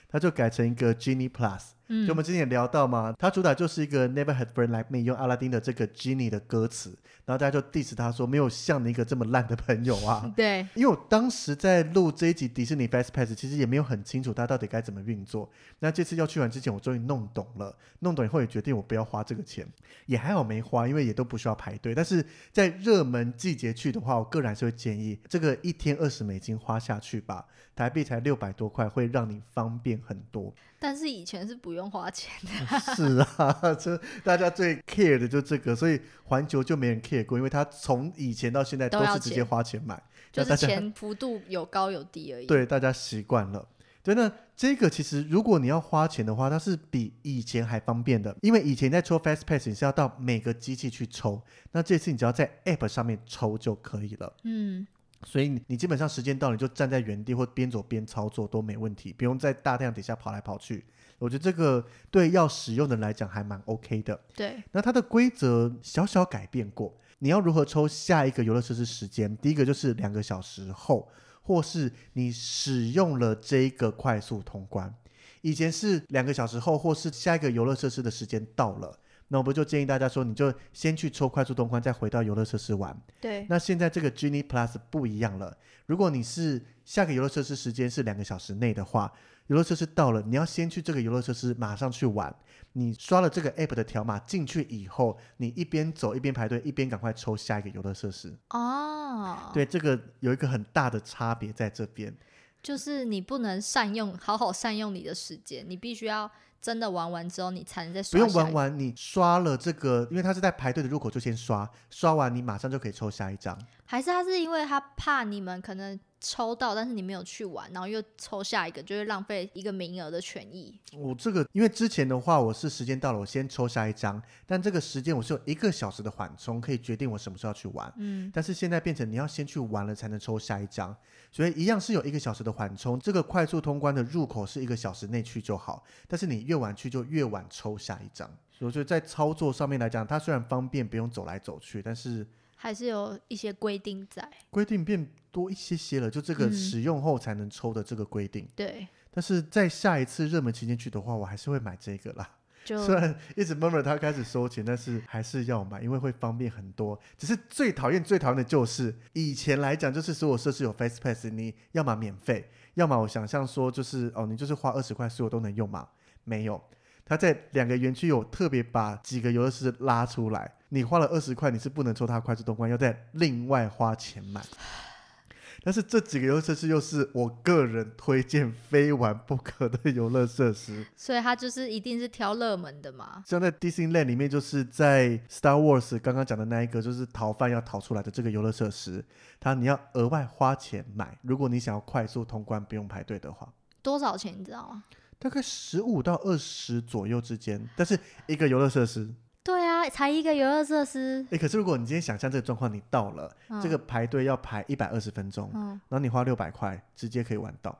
Speaker 1: 他就改成一个 Genie Plus。
Speaker 2: 嗯
Speaker 1: 就我，们之前也聊到嘛，它主打就是一个 Never Had Friend Like Me，用阿拉丁的这个 Genie 的歌词，然后大家就 diss 他说没有像你一个这么烂的朋友啊。
Speaker 2: 对，
Speaker 1: 因为我当时在录这一集迪士尼 Fast Pass，其实也没有很清楚它到底该怎么运作。那这次要去玩之前，我终于弄懂了，弄懂以后也决定我不要花这个钱，也还好没花，因为也都不需要排队。但是在热门季节去的话，我个人还是会建议这个一天二十美金花下去吧，台币才六百多块，会让你方便很多。
Speaker 2: 但是以前是不不用花钱。
Speaker 1: 是啊， 这大家最 care 的就这个，所以环球就没人 care 过，因为他从以前到现在
Speaker 2: 都
Speaker 1: 都
Speaker 2: 要
Speaker 1: 是直接
Speaker 2: 钱
Speaker 1: 花钱买，
Speaker 2: 就
Speaker 1: 那啊
Speaker 2: 是
Speaker 1: 大家
Speaker 2: 钱幅度有高有低而已。
Speaker 1: 对大家习惯了。对，那这个其实如果你要花钱的话，它是比以前还方便的，因为以前在抽 Fast Pass 你是要到每个机器去抽，那这次你只要在 App 上面抽就可以了。
Speaker 2: 嗯，
Speaker 1: 所以你你基本上时间到，你就站在原地或边走边操作都没问题，不用在大太阳底下跑来跑去。我觉得这个对要使用的人来讲还蛮 OK 的。
Speaker 2: 对，
Speaker 1: 那它的规则小小改变过，你要如何抽下一个游乐设施时间？第一个就是两个小时后，或是你使用了这一个快速通关。以前是两个小时后，或是下一个游乐设施的时间到了，那我不就建议大家说，你就先去抽快速通关，再回到游乐设施玩。
Speaker 2: 对，
Speaker 1: 那现在这个 Genie Plus 不一样了，如果你是下个游乐设施时间是两个小时内的话，游乐设施到了，你要先去这个游乐设施马上去玩。你刷了这个 app 的条码进去以后，你一边走一边排队，一边赶快抽下一个游乐设施。
Speaker 2: 哦，，
Speaker 1: 对，这个有一个很大的差别在这边。
Speaker 2: 就是你不能善用，好好善用你的时间，你必须要真的玩完之后，你才能再
Speaker 1: 不
Speaker 2: 刷
Speaker 1: 用
Speaker 2: 下一
Speaker 1: 玩
Speaker 2: 个
Speaker 1: 完，你刷了这个，因为它是在排队的入口就先刷，刷完你马上就可以抽下一张。
Speaker 2: 还是他是因为他怕你们可能抽到，但是你没有去玩，然后又抽下一个，就会浪费一个名额的权益。
Speaker 1: 我这个，因为之前的话，我是时间到了，我先抽下一张，但这个时间我是有一个小时的缓冲，可以决定我什么时候要去玩。
Speaker 2: 嗯，
Speaker 1: 但是现在变成你要先去玩了才能抽下一张，所以一样是有一个小时的缓冲。这个快速通关的入口是一个小时内去就好，但是你越晚去就越晚抽下一张。所以我觉得在操作上面来讲，它虽然方便不用走来走去，但是
Speaker 2: 还是有一些规定在。
Speaker 1: 规定变多一些些了，就这个
Speaker 2: 嗯
Speaker 1: 使用后才能抽的这个规定。
Speaker 2: 对，
Speaker 1: 但是在下一次热门期间去的话，我还是会买这个啦。
Speaker 2: 就
Speaker 1: 虽然一直 murmur 他开始收钱，但是还是要买，因为会方便很多。只是最讨厌最讨厌的就是以前来讲，就是所有设施有 Face Pass，你要么免费，要么我想象说就是哦，你就是花二十块，所有都能用嘛？没有，他在两个园区有特别把几个游乐设施拉出来，你花了二十块，你是不能抽它快速通关，要再另外花钱买。但是这几个游乐设施又是我个人推荐非玩不可的游乐设施。
Speaker 2: 所以他就是一定是挑热门的嘛。
Speaker 1: 像在 Disneyland 里面，就是在 Star Wars 刚刚讲的那一个，就是逃犯要逃出来的这个游乐设施，它你要额外花钱买。如果你想要快速通关，不用排队的话，
Speaker 2: 多少钱你知道吗？
Speaker 1: 大概十五到二十左右之间。但是一个游乐设施，
Speaker 2: 对啊，才一个游乐设施。
Speaker 1: 诶，可是如果你今天想象这个状况，你到了、
Speaker 2: 嗯、
Speaker 1: 这个，排队要排一百二十分钟，
Speaker 2: 嗯，
Speaker 1: 然后你花六百块，直接可以玩到。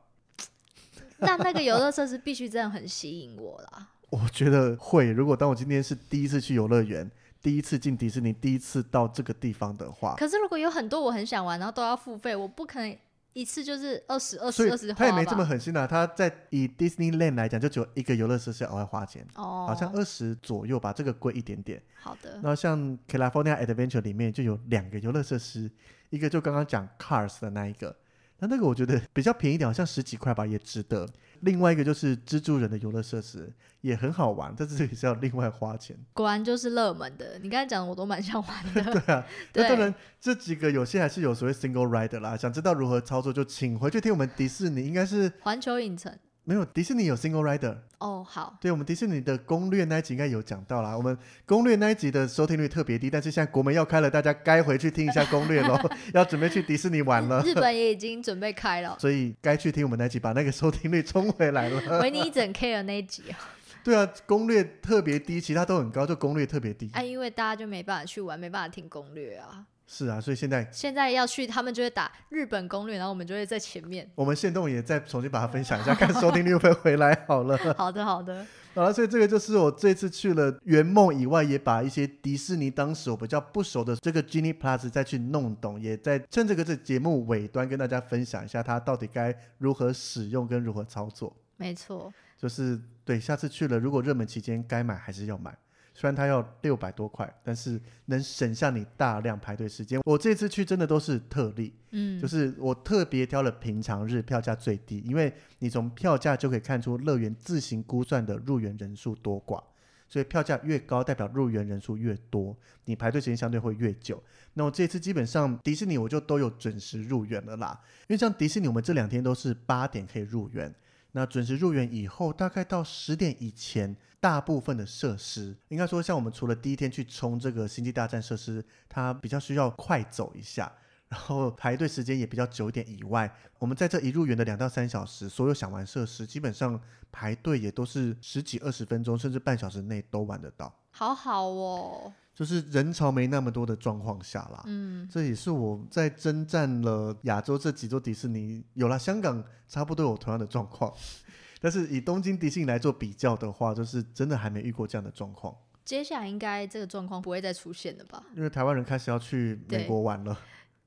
Speaker 2: 但那个游乐设施必须真的很吸引我啦。
Speaker 1: 我觉得会。如果当我今天是第一次去游乐园，第一次进迪士尼，第一次到这个地方的话，
Speaker 2: 可是如果有很多我很想玩，然后都要付费，我不可能一次就是二十、二
Speaker 1: 所
Speaker 2: 十、
Speaker 1: 以
Speaker 2: 二十花吧。
Speaker 1: 他也没这么狠心啊。他在以 Disneyland 来讲，就只有一个游乐设施要额外花钱，
Speaker 2: 哦，嗯
Speaker 1: 好像二十左右吧，这个贵一点点。
Speaker 2: 好的，
Speaker 1: 那像 California Adventure 里面就有两个游乐设施，一个就刚刚讲 Cars 的那一个，那那个我觉得比较便宜一点，好像十几块吧，也值得。另外一个就是蜘蛛人的游乐设施也很好玩，但是也是要另外花钱。
Speaker 2: 果然就是热门的。你刚才讲的我都蛮想玩的。
Speaker 1: 对啊，
Speaker 2: 对
Speaker 1: 那当然这几个有些还是有所谓 single rider 啦。想知道如何操作，就请回去听我们迪士尼，应该是
Speaker 2: 环球影城。
Speaker 1: 没有迪士尼有 single rider。
Speaker 2: 哦，好，
Speaker 1: 对我们迪士尼的攻略那一集应该有讲到啦，我们攻略那一集的收听率特别低，但是现在国门要开了，大家该回去听一下攻略喽，要准备去迪士尼玩了，
Speaker 2: 日本也已经准备开了
Speaker 1: 。所以该去听我们那一集，把那个收听率冲回来了。
Speaker 2: 维尼一整 care 那一集啊，
Speaker 1: 对啊，攻略特别低，其他都很高，就攻略特别低。
Speaker 2: 哎，因为大家就没办法去玩，没办法听攻略啊。
Speaker 1: 是啊，所以现在
Speaker 2: 现在要去，他们就会打日本攻略，然后我们就会在前面。
Speaker 1: 我们线动也再重新把它分享一下，看收听率会不会回来好了。
Speaker 2: 好的，好的，
Speaker 1: 好了，所以这个就是我这次去了圆梦以外，也把一些迪士尼当时我比较不熟的这个 Genie Plus 再去弄懂，也在趁这个这节目尾端跟大家分享一下它到底该如何使用跟如何操作。
Speaker 2: 没错，
Speaker 1: 就是对，下次去了如果热门期间该买还是要买。虽然它要六百多块，但是能省下你大量排队时间。我这次去真的都是特例，
Speaker 2: 嗯，
Speaker 1: 就是我特别挑了平常日票价最低，因为你从票价就可以看出乐园自行估算的入园人数多寡，所以票价越高代表入园人数越多，你排队时间相对会越久。那我这次基本上迪士尼我就都有准时入园了啦，因为像迪士尼我们这两天都是八点可以入园。那准时入园以后，大概到十点以前，大部分的设施，应该说像我们除了第一天去冲这个星际大战设施，它比较需要快走一下，然后排队时间也比较久一点以外，我们在这一入园的两到三小时，所有想玩设施基本上排队也都是十几二十分钟，甚至半小时内都玩得到，
Speaker 2: 好好哦，
Speaker 1: 就是人潮没那么多的状况下啦。
Speaker 2: 嗯，
Speaker 1: 这也是我在征战了亚洲这几座迪士尼，有啦，香港差不多有同样的状况， 但是以东京迪士尼来做比较的话，就是真的还没遇过这样的状况，
Speaker 2: 接下来应该这个状况不会再出现了吧？
Speaker 1: 因为台湾人开始要去美国玩了，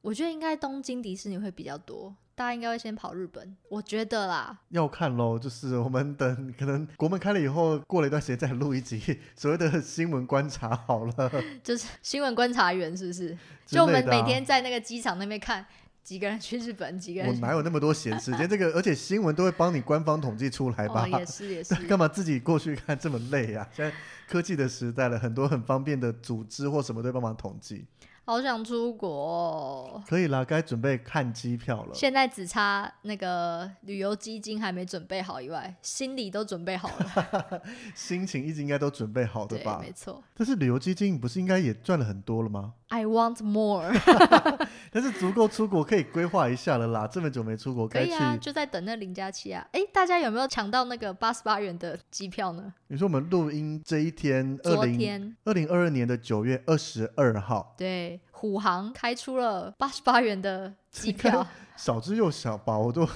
Speaker 2: 我觉得应该东京迪士尼会比较多，大家应该会先跑日本，我觉得啦。
Speaker 1: 要看喽，就是我们等可能国门开了以后，过了一段时间再录一集 所谓的新闻观察好了，
Speaker 2: 就是新闻观察员是不是？
Speaker 1: 之
Speaker 2: 就我
Speaker 1: 类
Speaker 2: 们
Speaker 1: 的啊
Speaker 2: 每天在那个机场那边看几个人去日本，几个
Speaker 1: 我
Speaker 2: 人去
Speaker 1: 哪有那么多闲时间？这 个而且新闻都会帮你官方统计出来吧？
Speaker 2: 哦，也是也是，
Speaker 1: 干嘛自己过去看这么累啊？ 现在科技的时代了，很多很方便的组织或什么都会帮忙统计，
Speaker 2: 好想出国、哦。
Speaker 1: 可以啦，该准备看机票了。
Speaker 2: 现在只差那个旅游基金还没准备好以外，心里都准备好 了。
Speaker 1: 心情一直应该都准备好的
Speaker 2: 对，
Speaker 1: 吧
Speaker 2: 没？错。
Speaker 1: 但是旅游基金不是应该也赚了很多了吗？
Speaker 2: I want more，
Speaker 1: 但是足够出国可以规划一下了啦，这么久没出国，
Speaker 2: 可
Speaker 1: 该
Speaker 2: 以
Speaker 1: 去。
Speaker 2: 啊，就在等那零加七啊。哎，大家有没有抢到那个八十八元的机票呢？
Speaker 1: 你说我们录音这一天，二
Speaker 2: 昨
Speaker 1: 零
Speaker 2: 天
Speaker 1: 二零二二年的九月二十二号，
Speaker 2: 对虎航开出了八十八元的 机票，
Speaker 1: 少之又少吧？我都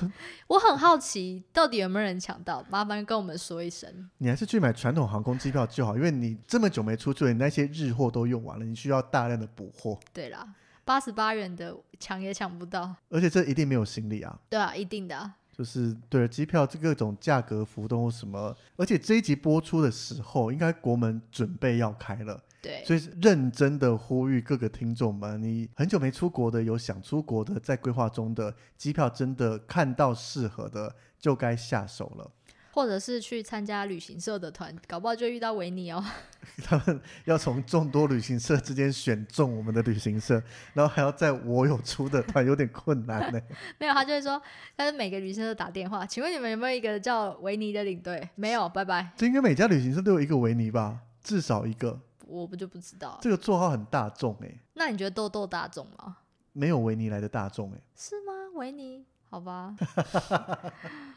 Speaker 2: 我很好奇到底有没有人抢到，麻烦跟我们说一声。
Speaker 1: 你还是去买传统航空机票就好，因为你这么久没出去了，你那些日货都用完了，你需要大量的补货，
Speaker 2: 对啦，八十八元的抢也抢不到，
Speaker 1: 而且这一定没有行李啊。
Speaker 2: 对啊，一定的啊、
Speaker 1: 就是对机票这各种价格浮动或什么，而且这一集播出的时候，应该国门准备要开了，
Speaker 2: 对，
Speaker 1: 所以认真的呼吁各个听众们，你很久没出国的，有想出国的，在规划中的机票真的看到适合的就该下手了。
Speaker 2: 或者是去参加旅行社的团，搞不好就遇到维尼哦。
Speaker 1: 他们要从众多旅行社之间选中我们的旅行社，然后还要在我有出的团，有点困难呢、
Speaker 2: 没有，他就会说，他是每个旅行社打电话，请问你们有没有一个叫维尼的领队？没有，拜拜。
Speaker 1: 这应该每家旅行社都有一个维尼吧，至少一个。
Speaker 2: 我不就不知道。
Speaker 1: 这个绰号很大众哎、
Speaker 2: 那你觉得豆豆大众吗？
Speaker 1: 没有维尼来的大众哎、
Speaker 2: 是吗？维尼？好吧。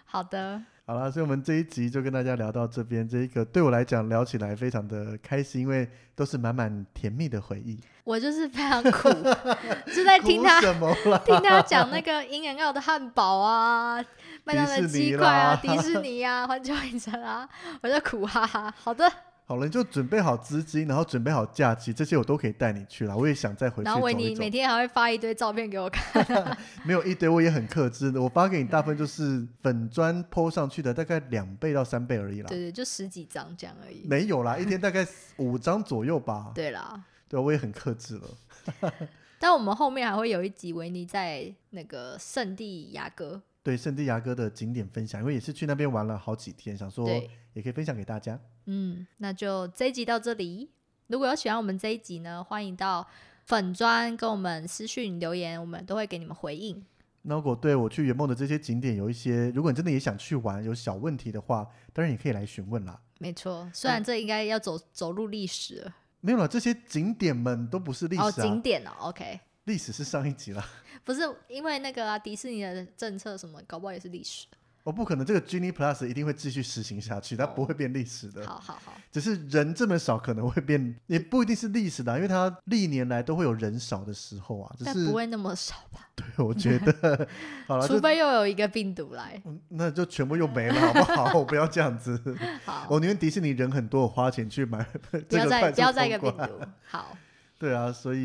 Speaker 2: 好的，
Speaker 1: 好啦，所以我们这一集就跟大家聊到这边。这一个对我来讲聊起来非常的开心，因为都是满满甜蜜的回忆。
Speaker 2: 我就是非常苦， 就在听他
Speaker 1: 哭什么 啦？
Speaker 2: 听他讲那个英人澳的汉堡 啊，麦当劳的鸡块啊，迪士尼啊， 环球影城啊，我就苦哈哈。好的，
Speaker 1: 好了，你就准备好资金，然后准备好假期，这些我都可以带你去啦。我也想再回去
Speaker 2: 然
Speaker 1: 走
Speaker 2: 后维
Speaker 1: 一
Speaker 2: 尼
Speaker 1: 走
Speaker 2: 每。天还会发一堆照片给我看，
Speaker 1: 没有一堆，我也很克制的。我发给你大部分就是粉砖 PO 上去的，大概两倍到三倍而已啦
Speaker 2: 对。对，就十几张这样而已。
Speaker 1: 没有啦，一天大概五张左右吧。
Speaker 2: 对啦，
Speaker 1: 对，我也很克制了。
Speaker 2: 但我们后面还会有一集维尼在那个圣地亚哥，
Speaker 1: 对，圣地亚哥的景点分享，因为也是去那边玩了好几天，想说
Speaker 2: 对，
Speaker 1: 也可以分享给大家。
Speaker 2: 嗯，那就这一集到这里。如果有喜欢我们这一集呢，欢迎到粉砖跟我们私讯留言，我们都会给你们回应。
Speaker 1: 那如果对我去圆梦的这些景点有一些，如果你真的也想去玩，有小问题的话，当然也可以来询问啦。
Speaker 2: 没错，虽然这应该要走走入历史了，
Speaker 1: 没有啦，这些景点们都不是历
Speaker 2: 哦，
Speaker 1: 史
Speaker 2: 景
Speaker 1: 啊，
Speaker 2: 点哦，OK，
Speaker 1: 历史是上一集 啦。
Speaker 2: 不是因为那个、啊、迪士尼的政策什么，搞不好也是历史。
Speaker 1: 我哦不可能这个 Genie Plus 一定会继续实行下去，它
Speaker 2: 哦
Speaker 1: 不会变历史的。
Speaker 2: 好好好，
Speaker 1: 只是人这么少，可能会变，也不一定是历史的啊、因为它历年来都会有人少的时候啊。只
Speaker 2: 但
Speaker 1: 是
Speaker 2: 不，会那么少吧？
Speaker 1: 对，我觉 得好了，
Speaker 2: 除
Speaker 1: 就
Speaker 2: 非又有一个病毒来。
Speaker 1: 嗯那就全部又没 了，好不好？我不要这样子，
Speaker 2: 好，
Speaker 1: 我宁愿迪士尼人很多，我花钱去买
Speaker 2: 不
Speaker 1: 这
Speaker 2: 要
Speaker 1: 个
Speaker 2: 再
Speaker 1: 快
Speaker 2: 不要再一
Speaker 1: 速
Speaker 2: 个
Speaker 1: 通
Speaker 2: 病
Speaker 1: 关。
Speaker 2: 毒。好，
Speaker 1: 对啊，所以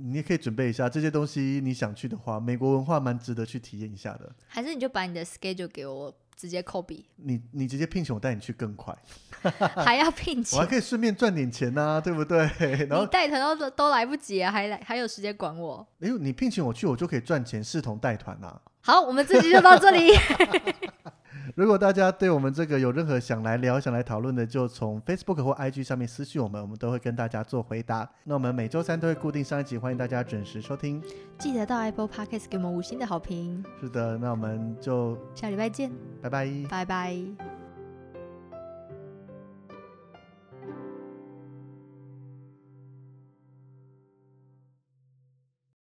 Speaker 1: 你也可以准备一下这些东西，你想去的话，美国文化蛮值得去体验一下的。
Speaker 2: 还是你就把你的 schedule 给我，直接 copy，
Speaker 1: 你你直接聘请我带你去更快，
Speaker 2: 还要聘
Speaker 1: 我
Speaker 2: 请
Speaker 1: 还。可以顺便赚点钱呐、对不对？ 然
Speaker 2: 你
Speaker 1: 后，
Speaker 2: 带团都都来不及啊，还来还有时间管我？
Speaker 1: 哎呦，你啊聘请我去，我就可以赚钱，视同带团呐、
Speaker 2: 好，我们这集就到这里。
Speaker 1: 如果大家对我们这个有任何想来聊、想来讨论的，就从 Facebook 或 IG 上面私讯我们，我们都会跟大家做回答。那我们每周三都会固定上一集，欢迎大家准时收听。
Speaker 2: 记得到 Apple Podcast 给我们五星的好评。
Speaker 1: 是的，那我们就是
Speaker 2: 下礼拜见，
Speaker 1: 拜拜。
Speaker 2: 拜拜。